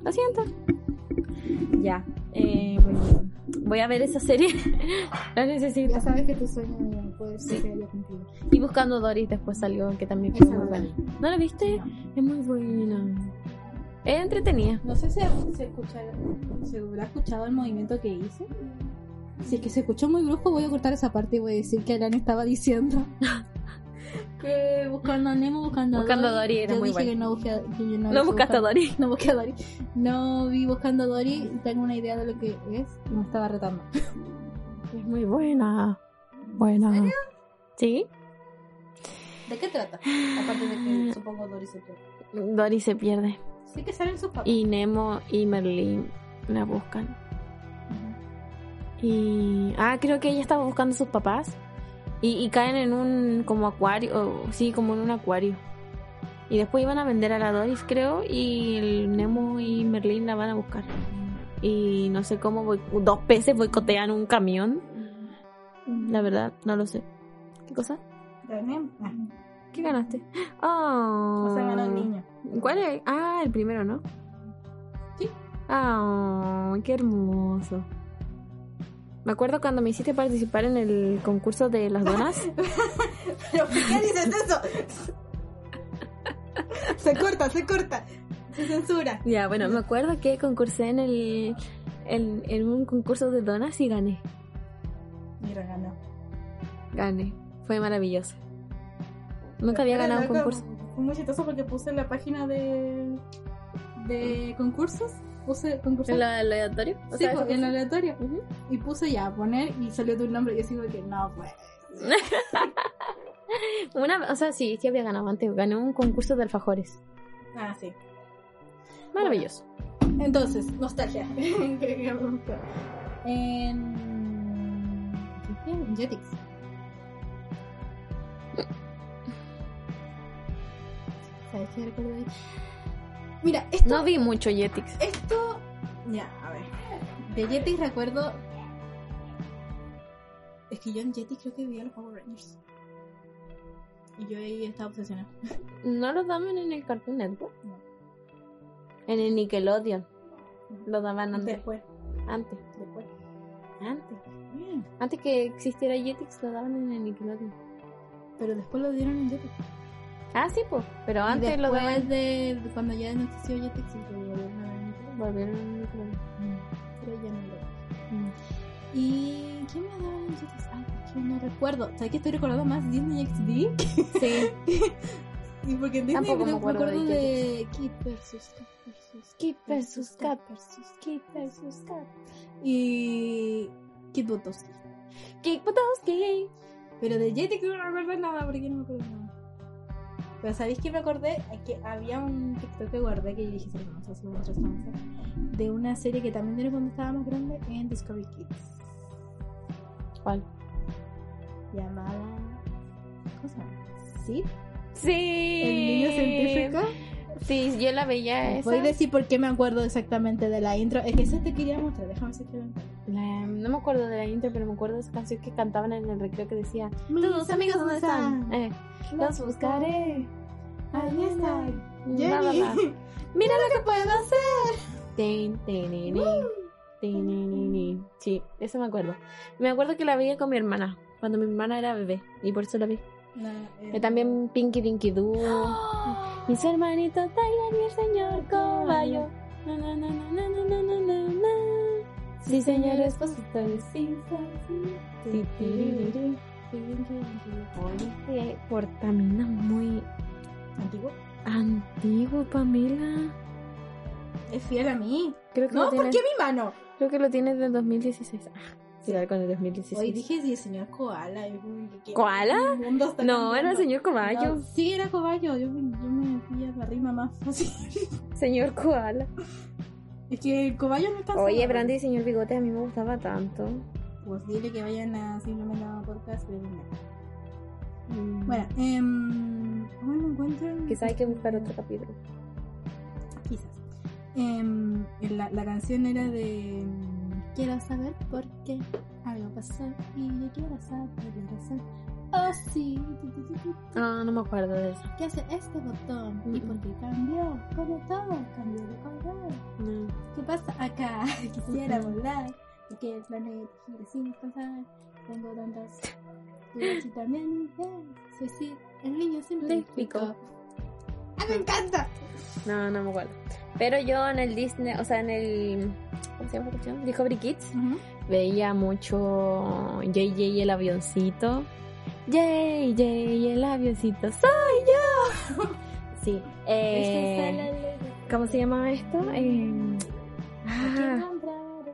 Lo siento. Ya. eh, voy a ver esa serie. la necesito. Ya sabes que tu sueño puede ser que haya cumplido. Y buscando Doris después salió, que también fue Esa no muy la buena. vi. ¿No la viste? Es muy buena. Es entretenida. No sé si se, escuchará- se habrá escuchado el movimiento que hice. Si es que se escuchó muy brusco, voy a cortar esa parte y voy a decir que Alan estaba diciendo que buscando a Nemo, buscando a Buscando a Dory. Dory era Yo muy dije bueno. que no, busqué a- que yo no, No hice buscaste a buscar- Doris. No busqué a Dory. No vi buscando a Dory, tengo una idea de lo que es y me estaba retando. Es muy buena. Buena. ¿Sí? ¿De qué trata? Aparte de que supongo Dory se pierde. Doris se pierde. Sí que salen sus papás. Y Nemo y Merlin la buscan. Y. Ah, creo que ella estaba buscando a sus papás. Y, y caen en un. como acuario. o- sí, como en un acuario. Y después iban a vender a la Doris, creo. Y el Nemo y Merlin la van a buscar. Y no sé cómo. boi- Dos peces boicotean un camión. La verdad, no lo sé. ¿Qué cosa? También. Ah, ¿Qué ganaste? Oh. o sea, ganó el niño. ¿Cuál es? Ah, el primero, ¿no? Sí. Ah, qué hermoso. Me acuerdo cuando me hiciste participar en el concurso de las donas. ¿Pero por qué dices eso? se corta, se corta. Se censura. ya, bueno, me acuerdo que concursé en el en, en un concurso de donas y gané. Mira, ganó. Gané. Fue maravilloso. Nunca había Era ganado un loco, concurso. Fue muy chistoso porque puse en la página de. De concursos, puse concursos. ¿En lo aleatorio? O Sí, sea, po, eso en pasa. aleatorio. Ujú. Y puse ya a poner y salió tu nombre. Y yo sigo que no, pues. Una, o sea, sí, sí había ganado antes. Gané un concurso de alfajores. Ah, sí. Maravilloso. Entonces, nostalgia. en. ¿qué fue? En Jetix. ¿Sabes qué recuerdo ahí? Mira, esto. No vi mucho Jetix. Esto. Ya, a ver. De Jetix recuerdo. Es que yo en Jetix creo que vi a los Power Rangers. Y yo ahí estaba obsesionada. ¿No lo daban en el Cartoon Network? En el Nickelodeon. Lo daban antes. Después. Antes. Después. Antes. Mm. Antes que existiera Jetix, lo daban en el Nickelodeon. Pero después lo dieron en Jetix. Ah, sí, pues. Pero Y antes lo después daban. de, de cuando ya existió Jetix, y lo volvieron a dar en Nickelodeon, Volvieron en Nickelodeon. Pero ya no lo. Mm. ¿Y quién me daban en Jetix? Ay, es que no recuerdo. ¿Sabes que estoy recordando más Disney XD? Sí. Y porque en Disney Tampoco me me acuerdo acuerdo de de Kid versus Kat versus Kid versus Kat versus Kid versus Cat y Kid Butowski. Kick Butowski. Pero de Jetix no me acuerdo nada porque no me acuerdo nada. Pero ¿sabéis que me acordé? Es Que había un TikTok que guardé que yo dije, "Sí, vamos a hacer un restaurante", de una serie que también era cuando estaba más grande en Discovery Kids. ¿Cuál? Llamada... ¿Cómo se llama? ¿Sí? Sí. ¿El niño científico? Sí, yo la veía esa. Voy a decir por qué me acuerdo exactamente de la intro. Es que esa te quería mostrar, déjame si te lo encuentro. La- no me acuerdo de la intro, pero me acuerdo de esa canción que cantaban en el recreo que decía: Tus amigos, ¿dónde están? Eh, los buscaré. Ahí están. Bla, bla, Jenny. bla. Mira lo que puedo hacer. Tin, tin, tin, tin. Tin, tin, tin, tin. Sí, eso me acuerdo. Me acuerdo que la veía con mi hermana, cuando mi hermana era bebé, y por eso la vi. Eh, También Pinky Dinky Doo. Mis hermanitos bailan y el señor Cobayo. Na, na, na, na, na, na, na, na, na. Sí, señor expositores. Sí, sí, sí. Sí, tiririrí. Oye, portamina muy ¿Antiguo? antiguo, Pamela. Es fiel a mí. Creo que, No, lo, ¿por tienes, qué mi mano? creo que lo tienes del 2016. Ah, igual con el 2016. Hoy dije sí, señor Koala. yo como que, ¿qué? ¿Koala? El mundo está no, era el cambiando. señor Coballo. No, sí, era Coballo. Yo, me- yo me fui a la rima más fácil. Señor Koala. es que el Coballo no está Oye, solo. Brandy y señor Bigote a mí me gustaba tanto. Pues dile que vayan a simplemente a podcast. pero no. Mm, Bueno, em, ¿cómo lo encuentran? Quizá hay que buscar otro capítulo. Quizás. Em, la, la canción era de. em, Quiero saber por qué algo pasó y yo quiero saber la razón. Oh, sí. tu, tu, tu, tu, tu. Ah, no me acuerdo de eso. ¿Qué hace este botón? ¿Y Mm. por qué cambió? Como todo, cambió de color. No. ¿Qué pasa acá? Quisiera volar. Porque el planeta gira sin pasar. Tengo tantas. Tú también. Soy sí, el niño Eléctrico. científico. ¡Ah, me encanta! No, no me acuerdo. Pero yo en el Disney, o sea, en el. ¿Cómo se llama? ¿Cómo se llama? Discovery Kids. Veía mucho JJ el avioncito. JJ el avioncito, soy yo. Sí. Eh, ¿Cómo se llama esto? Eh, ah,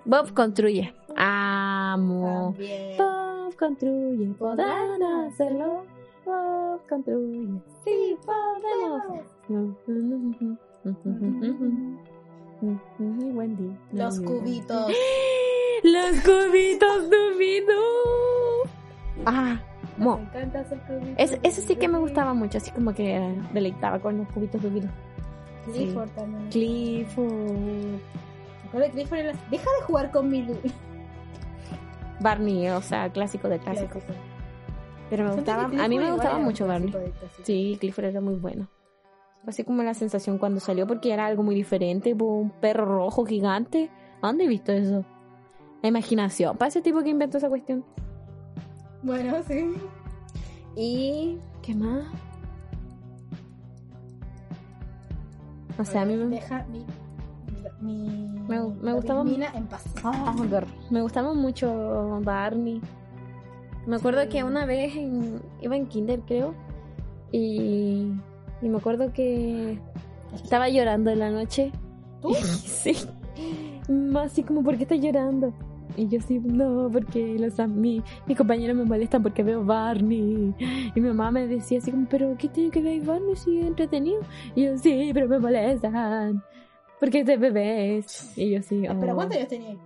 Bob construye. Amo. También. Bob construye, podrán hacerlo. Bob construye, sí podemos. Wendy. Los cubitos. Los cubitos dubidos. Ah, mo. Me encanta hacer cubitos. Es, eso sí que me gustaba mucho, así como que deleitaba con los cubitos dubidos. Clifford también. Clifford, Me acuerdo de Clifford en las- Deja de jugar con mi luz. Barney, o sea, clásico de clásico. Pero me gustaba, a mí me gustaba mucho Barney. Sí, Clifford era muy bueno. Fue Así como la sensación cuando salió, porque era algo muy diferente, po, un perro rojo gigante. ¿A ¿Dónde he visto eso? La imaginación, para ese tipo que inventó esa cuestión. Bueno, sí. ¿Y qué más? O sea, a mí me, Deja mi. mi Me- me gustaba- Mina en paz. Ah, me gustaba mucho Barney. Me acuerdo Sí. que una vez en- iba en kinder, creo, y, y me acuerdo que estaba llorando en la noche. ¿Tú? sí. Más así como, ¿por qué estás llorando? Y yo sí, no, porque los, am- mi- mis compañeros me molestan porque veo Barney. Y mi mamá me decía así como, ¿pero qué tiene que ver Barney si es entretenido? Y yo sí, pero me molestan. Porque es de bebés. Y yo sí, oh. Pero ¿cuántos años tenía?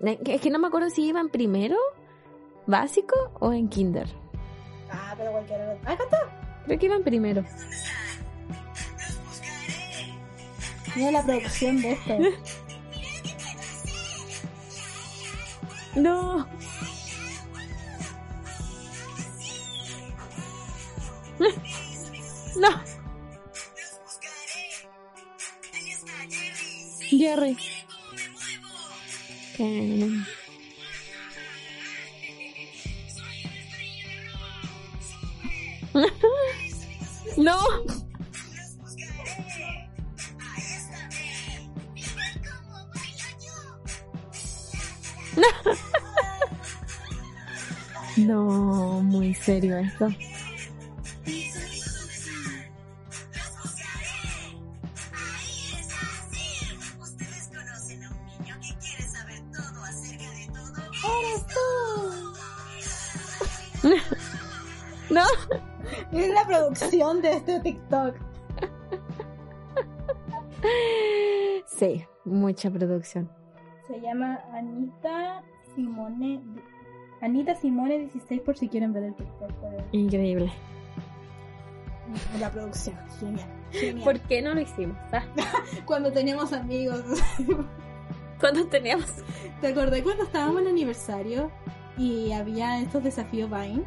Ne- que- Es que no me acuerdo si iban primero, básico o en kinder. Ah, pero cualquiera. lo- Acá está. Creo que iban primero. Mira la producción de esto. No. No. Jerry. Carmen. No. No, muy serio esto. No, Mira la producción de este TikTok. sí, mucha producción. Se llama Anita Simone. Anita Simone 16 por si quieren ver el TikTok. pero- Increíble. La producción, genial. genial. ¿Por qué no lo hicimos? ah? Cuando teníamos amigos. Cuando teníamos ¿Te acordás cuando estábamos en el aniversario y había estos desafíos Vine?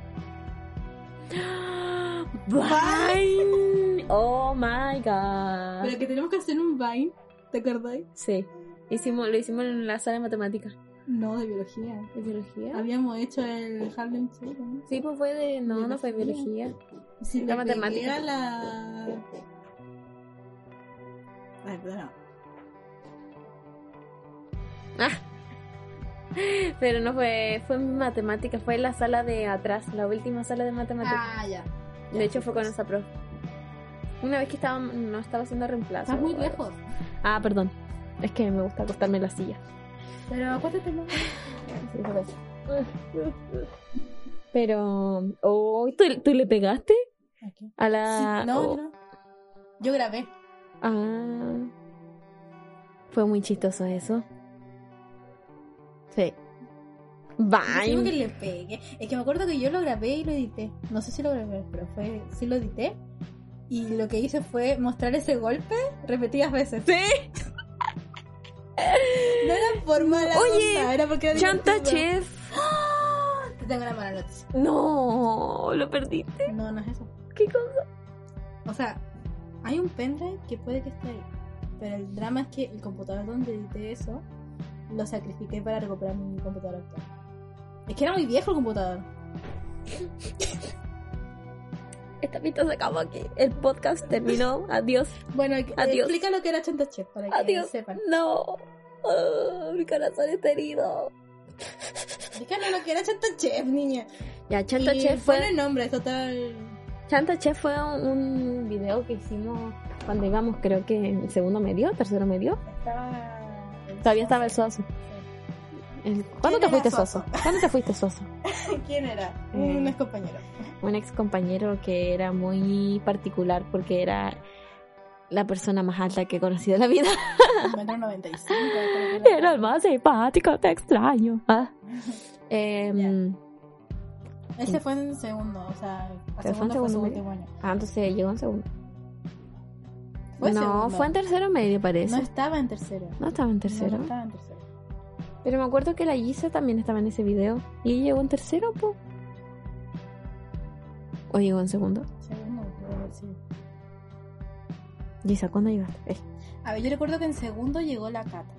Vine. Oh my god. Pero que tenemos que hacer un Vine, ¿te acordás? Sí. Hicimos, lo hicimos en la sala de matemáticas. No, de biología. ¿De biología? Habíamos hecho el Harlem Shake, ¿no? Sí, pues fue de. No, no fue de Biología. biología. Sí, La que matemática. Era la... Ay, perdón. Ah. Pero no fue, fue en matemática, fue en la sala de atrás, la última sala de matemática. Ah, ya. de hecho fue con esa prof. Una vez que estaba, no estaba haciendo reemplazo. Estás muy o algo. lejos. Ah, perdón. Es que me gusta acostarme en la silla. Pero acuérdate, ¿no? Sí, por eso. Pero, oh, ¿tú, tú le pegaste? A la... Sí, no, oh, no. Yo grabé. Ah. Fue muy chistoso eso. Sí. Yo creo que Bye. le pegué. Es que me acuerdo que yo lo grabé y lo edité. No sé si lo grabé, pero fue. Sí lo edité. Y lo que hice fue mostrar ese golpe repetidas veces. Sí. No era por mala Oye, onda, era porque era Chanta divertido. ¡Ah! Chef. Te tengo una mala noticia. No, lo perdiste. No, no es eso. ¿Qué cosa? O sea, hay un pendrive que puede que esté ahí. Pero el drama es que el computador donde edité eso lo sacrifiqué para recuperar mi computador actual. Es que era muy viejo el computador. Esta pista se acabó aquí. El podcast terminó. Adiós. Bueno, eh, Adiós. explica lo que era Chanta Chef para que Adiós. sepan. No. Ah, mi corazón está herido. Explícale lo que era Chanta Chef, niña. Ya, Chanta Y Chef fue... ponle nombre, total. Chanta Chef fue un, un video que hicimos cuando íbamos, creo que en segundo medio, tercero medio. Estaba. el- Todavía estaba el soso. El- ¿Quién ¿Cuándo te era fuiste Suazo? soso? ¿Cuándo te fuiste soso? ¿Quién era? Eh. Un ex compañero. Un ex compañero que era muy particular porque era la persona más alta que he conocido en la vida. Metro 95. creo que Era el más simpático, te extraño. Ah. Em, Ese fue en segundo, o sea, a Pero fue en segundo fue su segundo último año. ah, entonces llegó en segundo. Fue en no, segundo. fue en tercero medio No parece. No, estaba en tercero. estaba en tercero. No, no estaba en tercero. Pero me acuerdo que la Gisa también estaba en ese video. ¿Y ella llegó en tercero, po? ¿O llegó en segundo? Segundo, creo, sí. Gisa, ¿cuándo llegaste? Eh, A ver, yo recuerdo que en segundo llegó la cata.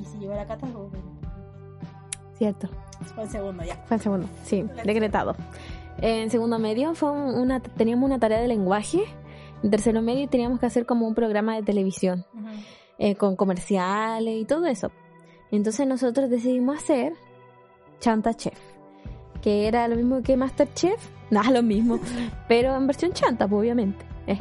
Y si llegó la cata, fue cierto. fue en segundo ya. Fue en segundo, sí, decretado. En segundo medio fue un- una, teníamos una tarea de lenguaje. En tercero medio teníamos que hacer como un programa de televisión eh, con comerciales y todo eso. Entonces nosotros decidimos hacer Chanta Chef, que era lo mismo que Masterchef, nada, lo mismo, pero en versión chanta, pues, obviamente. eh.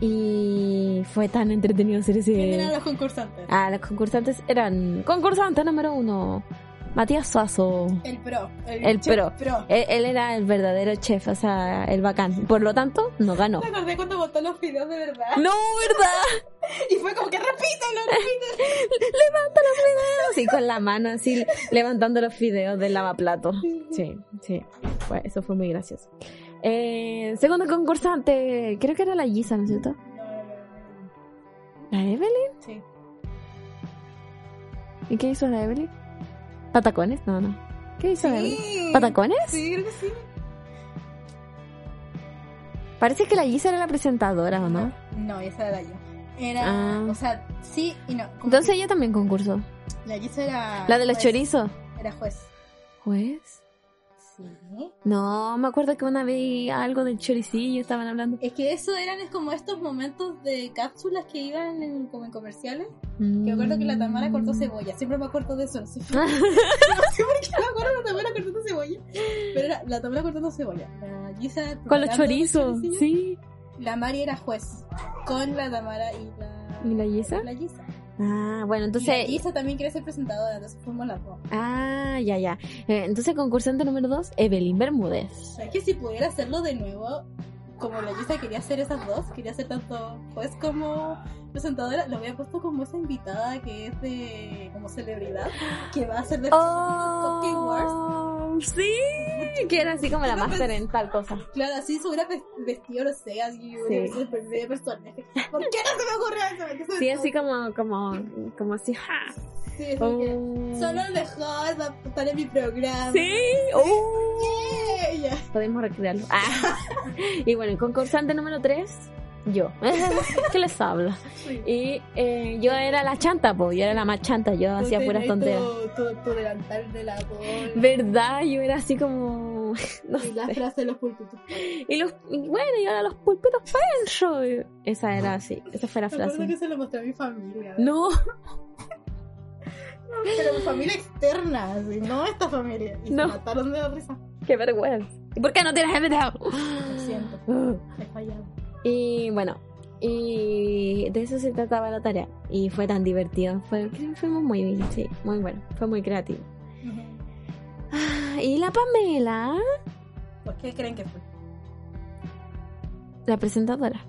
Y fue tan entretenido hacer ese... ¿Quién eran los concursantes? Ah, los concursantes eran... Concursante número uno, Matías Suazo. El pro. El, El chef pro. Él, él era el verdadero chef, o sea, el bacán. Por lo tanto, no ganó. Me acordé cuando votó los videos de verdad. ¡No, verdad! Y fue como que repítelo, repítelo. ¡Levanta los fideos! Así con la mano, así levantando los fideos del lavaplato. Sí, sí. Fue- eso fue muy gracioso. Eh, segundo concursante, creo que era la Gisa, ¿no es cierto? ¿La Evelyn? Sí. ¿Y qué hizo la Evelyn? ¿Patacones? No, no. ¿Qué hizo la Evelyn? Sí. ¿Patacones? Sí, creo que sí. Parece que la Gisa era la presentadora, ¿o no? No, esa era yo. Era, Ah. o sea, sí y no. Como Entonces ella también concursó. que la Gisa era. La de los juez, chorizos. Era juez. ¿Juez? Sí. No, me acuerdo que una vez algo del choricillo estaban hablando. Es que eso eran es como estos momentos de cápsulas que iban en, como en comerciales. Que me acuerdo que la Tamara Mm. cortó cebolla. Siempre me acuerdo de eso. No sé, no sé por qué me acuerdo de la Tamara cortando cebolla. Pero era la Tamara cortando cebolla. La Gisa. Con los preparando chorizos, chorizos. sí. La Mari era juez. Con la Tamara y la. ¿Y la Yesa? La Gisa. Ah, bueno, Entonces, entonces. Isa también quiere ser presentadora, entonces fuimos las dos. Ah, ya, ya. Eh, Entonces, concursante número dos, Evelyn Bermúdez. Es que si pudiera hacerlo de nuevo, como la Isa quería hacer esas dos, quería hacer tanto juez como presentadora, lo había puesto como esa invitada que es de como celebridad, que va a ser de Cooking Wars. ¡Oh! Sí, que era así como la máster en tal cosa. Claro, así se hubiera ves- vestido, no sé, así Sí. de de personaje. ¿Por qué no se me ocurrió eso? Porque eso Sí, es- así como, como, como así, ¡ja! sí, así que, Oh. Solo el mejor va a estar en mi programa. Sí, oh. Ella. podemos recrearlo. Ah. Y bueno, el concursante número 3, yo. ¿Qué les habla? Y eh, yo era la chanta, po, yo era la más chanta, yo hacía puras tonteras. Tu, tu, tu delantal de la bola. ¿Verdad? Yo era así como... No Y la sé. frase de los pulpitos. Y, los, y bueno, y ahora los pulpitos pancho. Esa era así, esa fue la Me acuerdo que frase. se lo mostré a mi familia. No, Pero tu familia externa, así, no esta familia. Y No. se mataron de la risa. Qué vergüenza. ¿Y por qué no tienes el video? Lo siento, Ah. he fallado. Y bueno, y de eso se trataba la tarea. Y fue tan divertido. Fue, creo que fuimos muy bien, sí, muy bueno. Fue muy creativo. Ah, Y la Pamela, ¿Por qué creen que fue? la presentadora.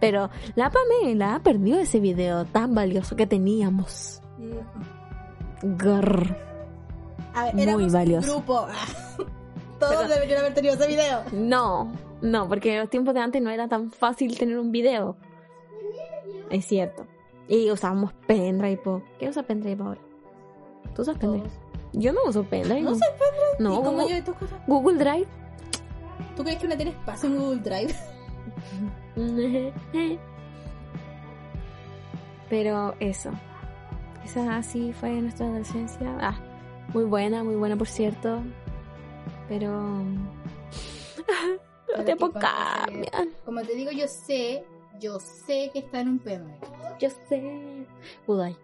Pero la Pamela perdió ese video tan valioso que teníamos. Mm. Grr. A ver, Muy éramos un valioso. grupo. Todos Pero- deberían haber tenido ese video. No, no, porque en los tiempos de antes no era tan fácil tener un video. Es cierto. Y usábamos pendrive. po. ¿Qué usa pendrive ahora? ¿Tú usas pendrive? Yo no uso pendrive. No no. sé, Pedro. ¿Y No, cómo Google, yo de tus cosas? Google Drive. ¿Tú crees que una tiene espacio en Google Drive? Pero eso. Esa así fue nuestra adolescencia. Ah, muy buena, muy buena por cierto. Pero... Los Pero tiempos qué pasa, cambian. Como te digo, yo sé, yo sé que está en un pendrive. Yo sé. Uday.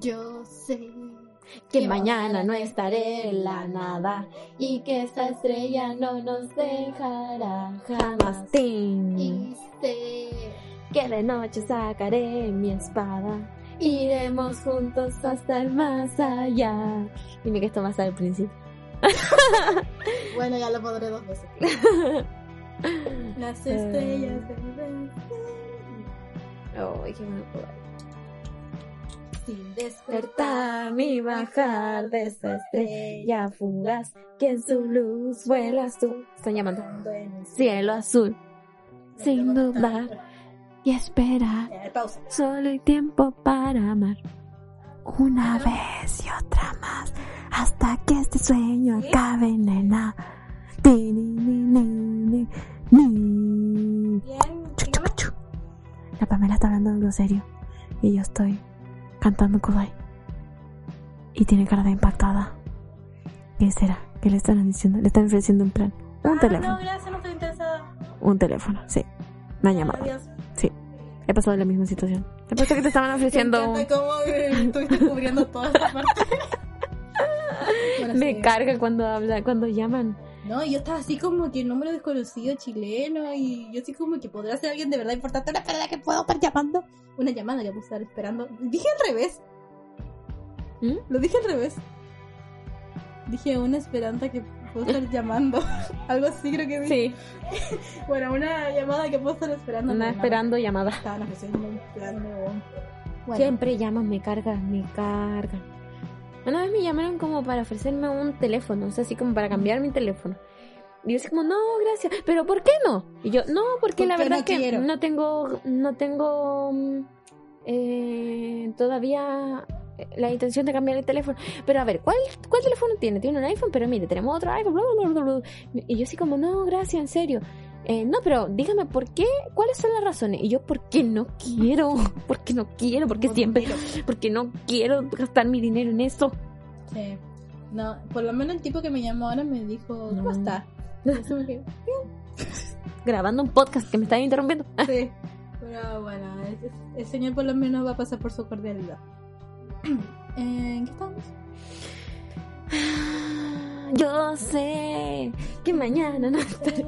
Yo sé. Que mañana no estaré en la nada. Y que esta estrella no nos dejará jamás. Jamás. Tin. Y sé, Que de noche sacaré mi espada. iremos juntos hasta el Más allá. Dime que esto va a estar al principio. Bueno, ya lo podré dos veces. Las estrellas del Oh, qué bueno. sin Despertar mi bajar de esa estrella fugaz que en su luz vuelas tú. Están llamando. Cielo azul. Sin dudar. Y espera. Eh, pausa. Solo hay tiempo para amar. Una vez y otra más. Hasta que este sueño acabe, nena. Ti, ni, ni, ni, ni, ni. Bien, Chu, chu, chu. La Pamela está hablando algo serio. Y yo estoy cantando Kudai. Y tiene cara de impactada. ¿Qué será? ¿Qué le estarán diciendo? Le están ofreciendo un plan. Un Ah, teléfono. No, gracias, no estoy interesada. Un teléfono, sí. Me han llamado. Adiós. He pasado la misma situación. He puesto que te estaban ofreciendo. Me encanta cómo eh, estuviste cubriendo toda esta parte. Bueno, Me sí. carga cuando habla, cuando llaman. No, yo estaba así como que número desconocido chileno y yo así como que podría ser alguien de verdad importante. Una verdad que puedo estar llamando. Una llamada que puedo estar esperando. Dije al revés. ¿Mm? Lo dije al revés. Dije una esperanza que puedo estar llamando. Algo así creo que dije. ¿Mm? Sí, Bueno, una llamada que puedo estar esperando. andaba Pero no, esperando llamada. Estaban ofreciendo un plan nuevo. Siempre llaman, me cargan, me cargan. Una vez me llamaron como para ofrecerme un teléfono, o sea, así como para cambiar mi teléfono. Y yo así como, no, gracias, pero ¿por qué no? Y yo, no, porque Porque la verdad no que quiero". no tengo, no tengo mm, eh, todavía eh, la intención de cambiar el teléfono. Pero a ver, ¿cuál, ¿cuál teléfono tiene? Tiene un iPhone, pero mire, tenemos otro iPhone, bla, bla, bla, bla, bla. Y yo así como, no, gracias, en serio. Eh, no, pero dígame, ¿por qué? ¿Cuáles son las razones? Y yo, ¿por qué no quiero? ¿Por qué no quiero? Porque Por siempre, dinero. porque no quiero gastar mi dinero en eso. Sí. eh, No, por lo menos el tipo que me llamó ahora me dijo, ¿cómo No. está? Y yo así como que, Grabando un podcast que me están interrumpiendo. Sí, pero bueno, es- es- el señor por lo menos va a pasar por su cordialidad. ¿En qué estamos? Yo sé que mañana no estaré.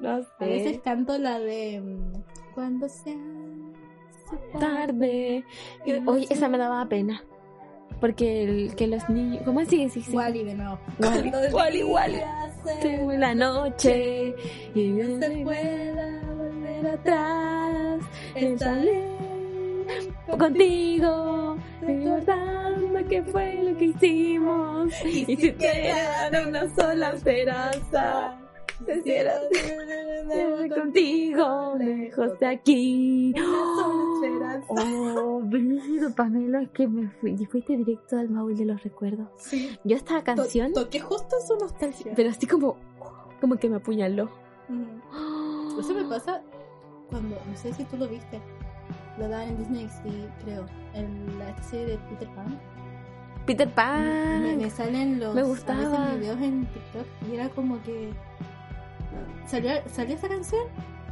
No A veces sé. canto la de mm, cuando sea su Tarde. Yo- Oye, esa me daba pena. Parte el que los niños. ¿Cómo así? Sí, sí. Wally de nuevo. Wally, Cuando el Wally, día Wally. se Tengo la noche y no se se pueda volver volver a atrás. estaré contigo, recordando qué fue lo que hicimos. Y si te dan una sola esperanza, te cierras contigo, lejos de aquí. Oh, brígido, Pamela, es que me fui, fuiste directo al baúl de los recuerdos. Sí, Yo esta to- canción, toqué justo su nostalgia. pero así como, como que me apuñaló. Mm. ¡Oh! Eso me pasa cuando, no sé si tú lo viste, lo daban en Disney XD, creo, en la esta serie de Peter Pan. Peter Me- Pan. Me, me salen los me gustaba. a veces videos en TikTok y era como que salía, salía esa canción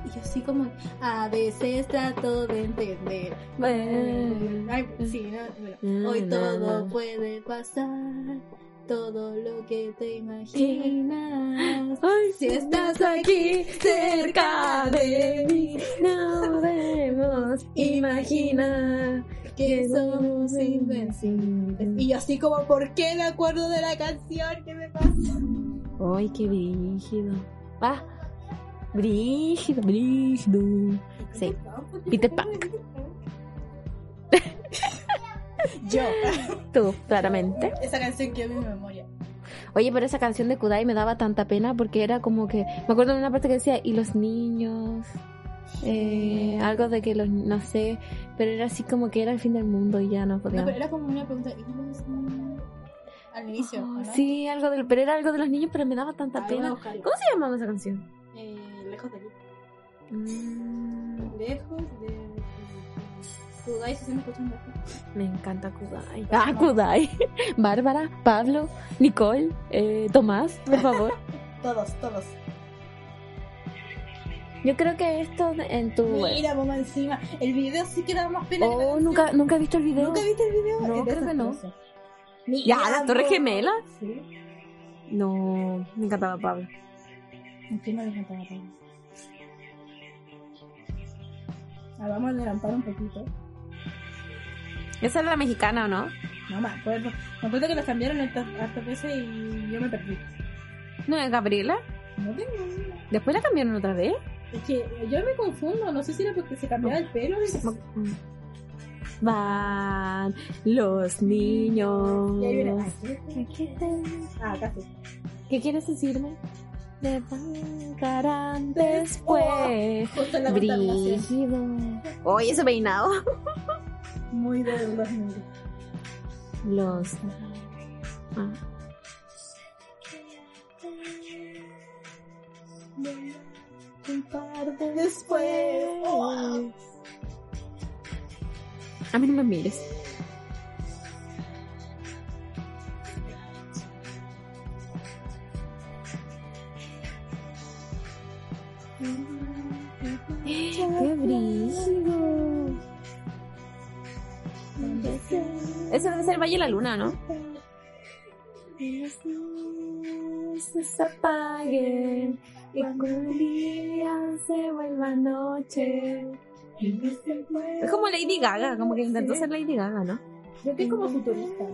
Y yo así como, a veces trato de entender. Bueno. Ay, sí, no, bueno. Mm. No, Hoy no, todo no. puede pasar, todo lo que te imaginas. Si estás aquí cerca de mí, No debemos imaginar que somos invencibles. Y yo así como, ¿por qué me acuerdo de la canción? ¿Qué me pasa? Ay, qué brígido. Ah, brígido, brígido. Sí, Peter Pan. Yo. tú, claramente. Esa canción quedó en mi memoria. Oye, pero esa canción de Kudai me daba tanta pena porque era como que. Me acuerdo de una parte que decía, y los niños. eh, algo de que los. No sé. Pero era así como que era el fin del mundo y ya no No, podíamos. pero era como una pregunta. ¿y los niños? Al inicio, Oh, ¿o ¿no? Sí, algo del, pero era algo de los niños, pero me daba Ay, tanta voy a pena. buscarla. ¿Cómo se llamaba esa canción? Eh, lejos de aquí. Mm, Lejos de. Kudai se sigue escuchando. me encanta Kudai. Ah, Kudai. Bárbara, Pablo, Nicole, eh, Tomás, por favor. Todos, todos. Yo creo que esto en tu... Mira, mamá, encima. El video sí que da más pena. que la Pues. Oh, canción. nunca, nunca he visto el video. ¿Nunca viste el video? No, Es de creo que no. desastroso. ¿Ya, la Torre po. Gemela? Sí. No, me encantaba Pablo. Encima de Santa Catarina. Ah, vamos a adelantar un poquito. Esa era la mexicana, ¿o no? No me acuerdo. Me acuerdo que los cambiaron hartas hartas veces y yo me perdí. ¿No es Gabriela? No tengo idea. ¿Después la cambiaron otra vez? Es que yo me confundo. No sé si era porque se cambiaba el pelo. Van los niños. Y ahí viene. ay, Ah, casi. ¿Qué quieres decirme? Levantarán después. Justo en la contaminación. Brígido. Oye, ese peinado. Muy de los niños. Los. Ah. Un par de después. Oh. A mí no me mires. ¡Qué brillo! Ese debe ser el Valle de la Luna, ¿no? se apaguen y cuando el día se vuelva noche. este Es como Lady Gaga, como que intentó ser Lady Gaga, ¿no? Yo que es como futurista.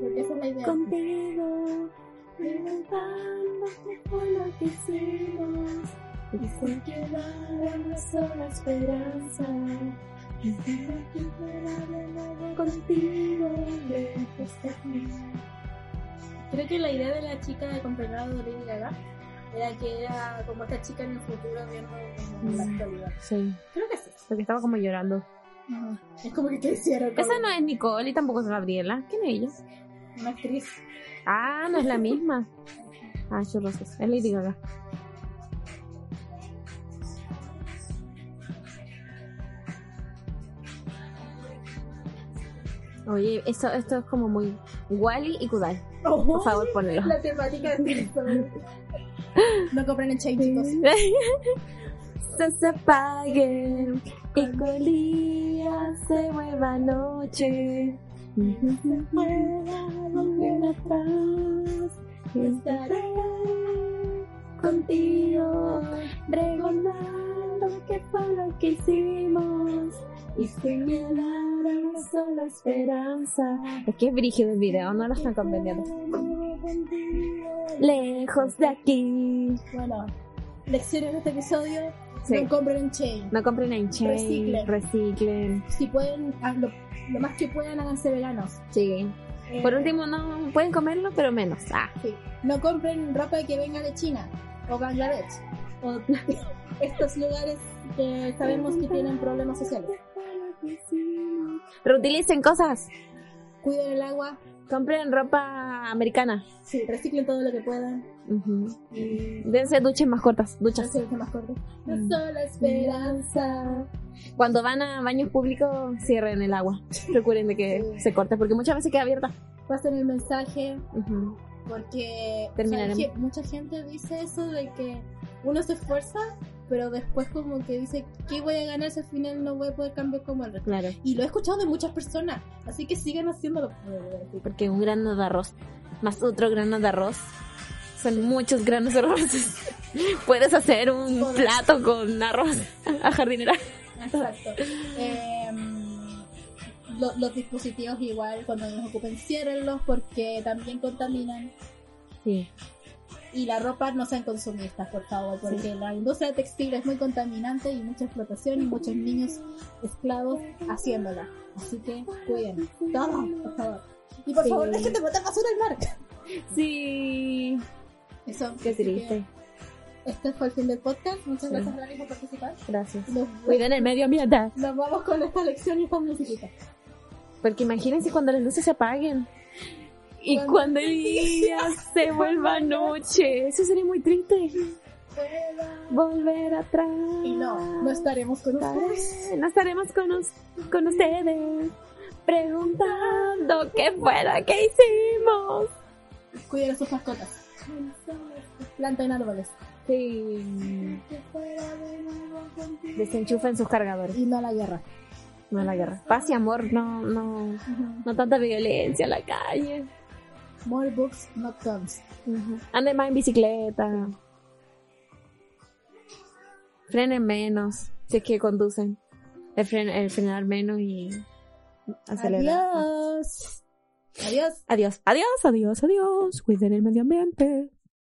Porque esa es la idea. Contigo, levantándote por lo que hicimos, y sé que dar una sola esperanza. Y sé que será de nuevo Contigo, lejos este de mí. Creo que la idea de la chica de controlado de Lady Gaga era que era como esta chica en el futuro viendo como la actualidad. Sí, Creo que sí. porque estaba como llorando. Ah, Es como que crecieron con Esa no es Nicole y tampoco es Gabriela. ¿Quién es ella? una actriz. Ah, no es la misma. Ah, churrosos. Es Lady Gaga. Oye, esto, esto es como muy Wally y Kudai. Por favor, ponelo. La temática de esto. No compren en Chain, chicos. Se se apaguen y con día se vuelva noche. Y no se pueda volver atrás. Estaré contigo, recordando que fue lo que hicimos y señalar una sola esperanza. Es que es brígido el video, no lo están comprendiendo. Lejos de aquí. Bueno, lecciones de este episodio. Sí. No compren en Chain. No compren en chain, Reciclen. reciclen. Si pueden, ah, lo, lo más que puedan, háganse veganos. Sí. Eh, Por último, no pueden comerlo, pero menos. Ah, Sí. No compren ropa que venga de China o Bangladesh o estos lugares que sabemos que tienen problemas sociales. reutilicen cosas. Cuiden el agua, Compren ropa americana. sí, reciclen todo lo que puedan Ujú. y Dense duches más cortas, duchas. chance que más corto. No Mm. solo esperanza. Cuando van a baños públicos, cierren el agua. Recuerden de que se corte, porque muchas veces queda abierta. Pasen el mensaje Ujú. porque Terminaremos. ¿saben qué? mucha gente dice eso de que uno se esfuerza pero después como que dice, ¿qué voy a ganar si al final no voy a poder cambiar como el resto? Claro, Y lo he escuchado de muchas personas, así que sigan haciéndolo. Bueno, voy a decir, porque un grano de arroz más otro grano de arroz son muchos granos de arroz. Puedes hacer un plato con arroz a jardinera. Exacto. Em, lo- los dispositivos igual cuando nos ocupen ciérrenlos porque también contaminan Sí, y la ropa no sean consumistas por favor porque la industria textil es muy contaminante y mucha explotación y muchos niños esclavos haciéndola así que cuiden todo por favor y por Sí. favor dejen de botar basura al mar sí, eso qué así que triste. este fue el fin del podcast muchas Sí. gracias Dani por participar Gracias. nos, Cuiden el medio ambiente. nos vamos con esta lección y esta musiquita Porque imagínense cuando las luces se apaguen. Y Cuando cuando el día se vuelva noche. Eso sería muy triste. Volver atrás. y no no estaremos con ustedes No estaremos con, us- con ustedes. Preguntando qué fuera que hicimos. Cuiden a sus mascotas. Planten árboles. Sí. Desenchufen sus cargadores. Y no a la guerra. No la guerra. Paz y amor, no, no, no tanta violencia en la calle. More books, not guns. Anden más en bicicleta. Frenen menos, si es que conducen. El, fren- el frenar menos y acelerar. Adiós. Adiós. Adiós, adiós, adiós, adiós. Cuiden el medio ambiente.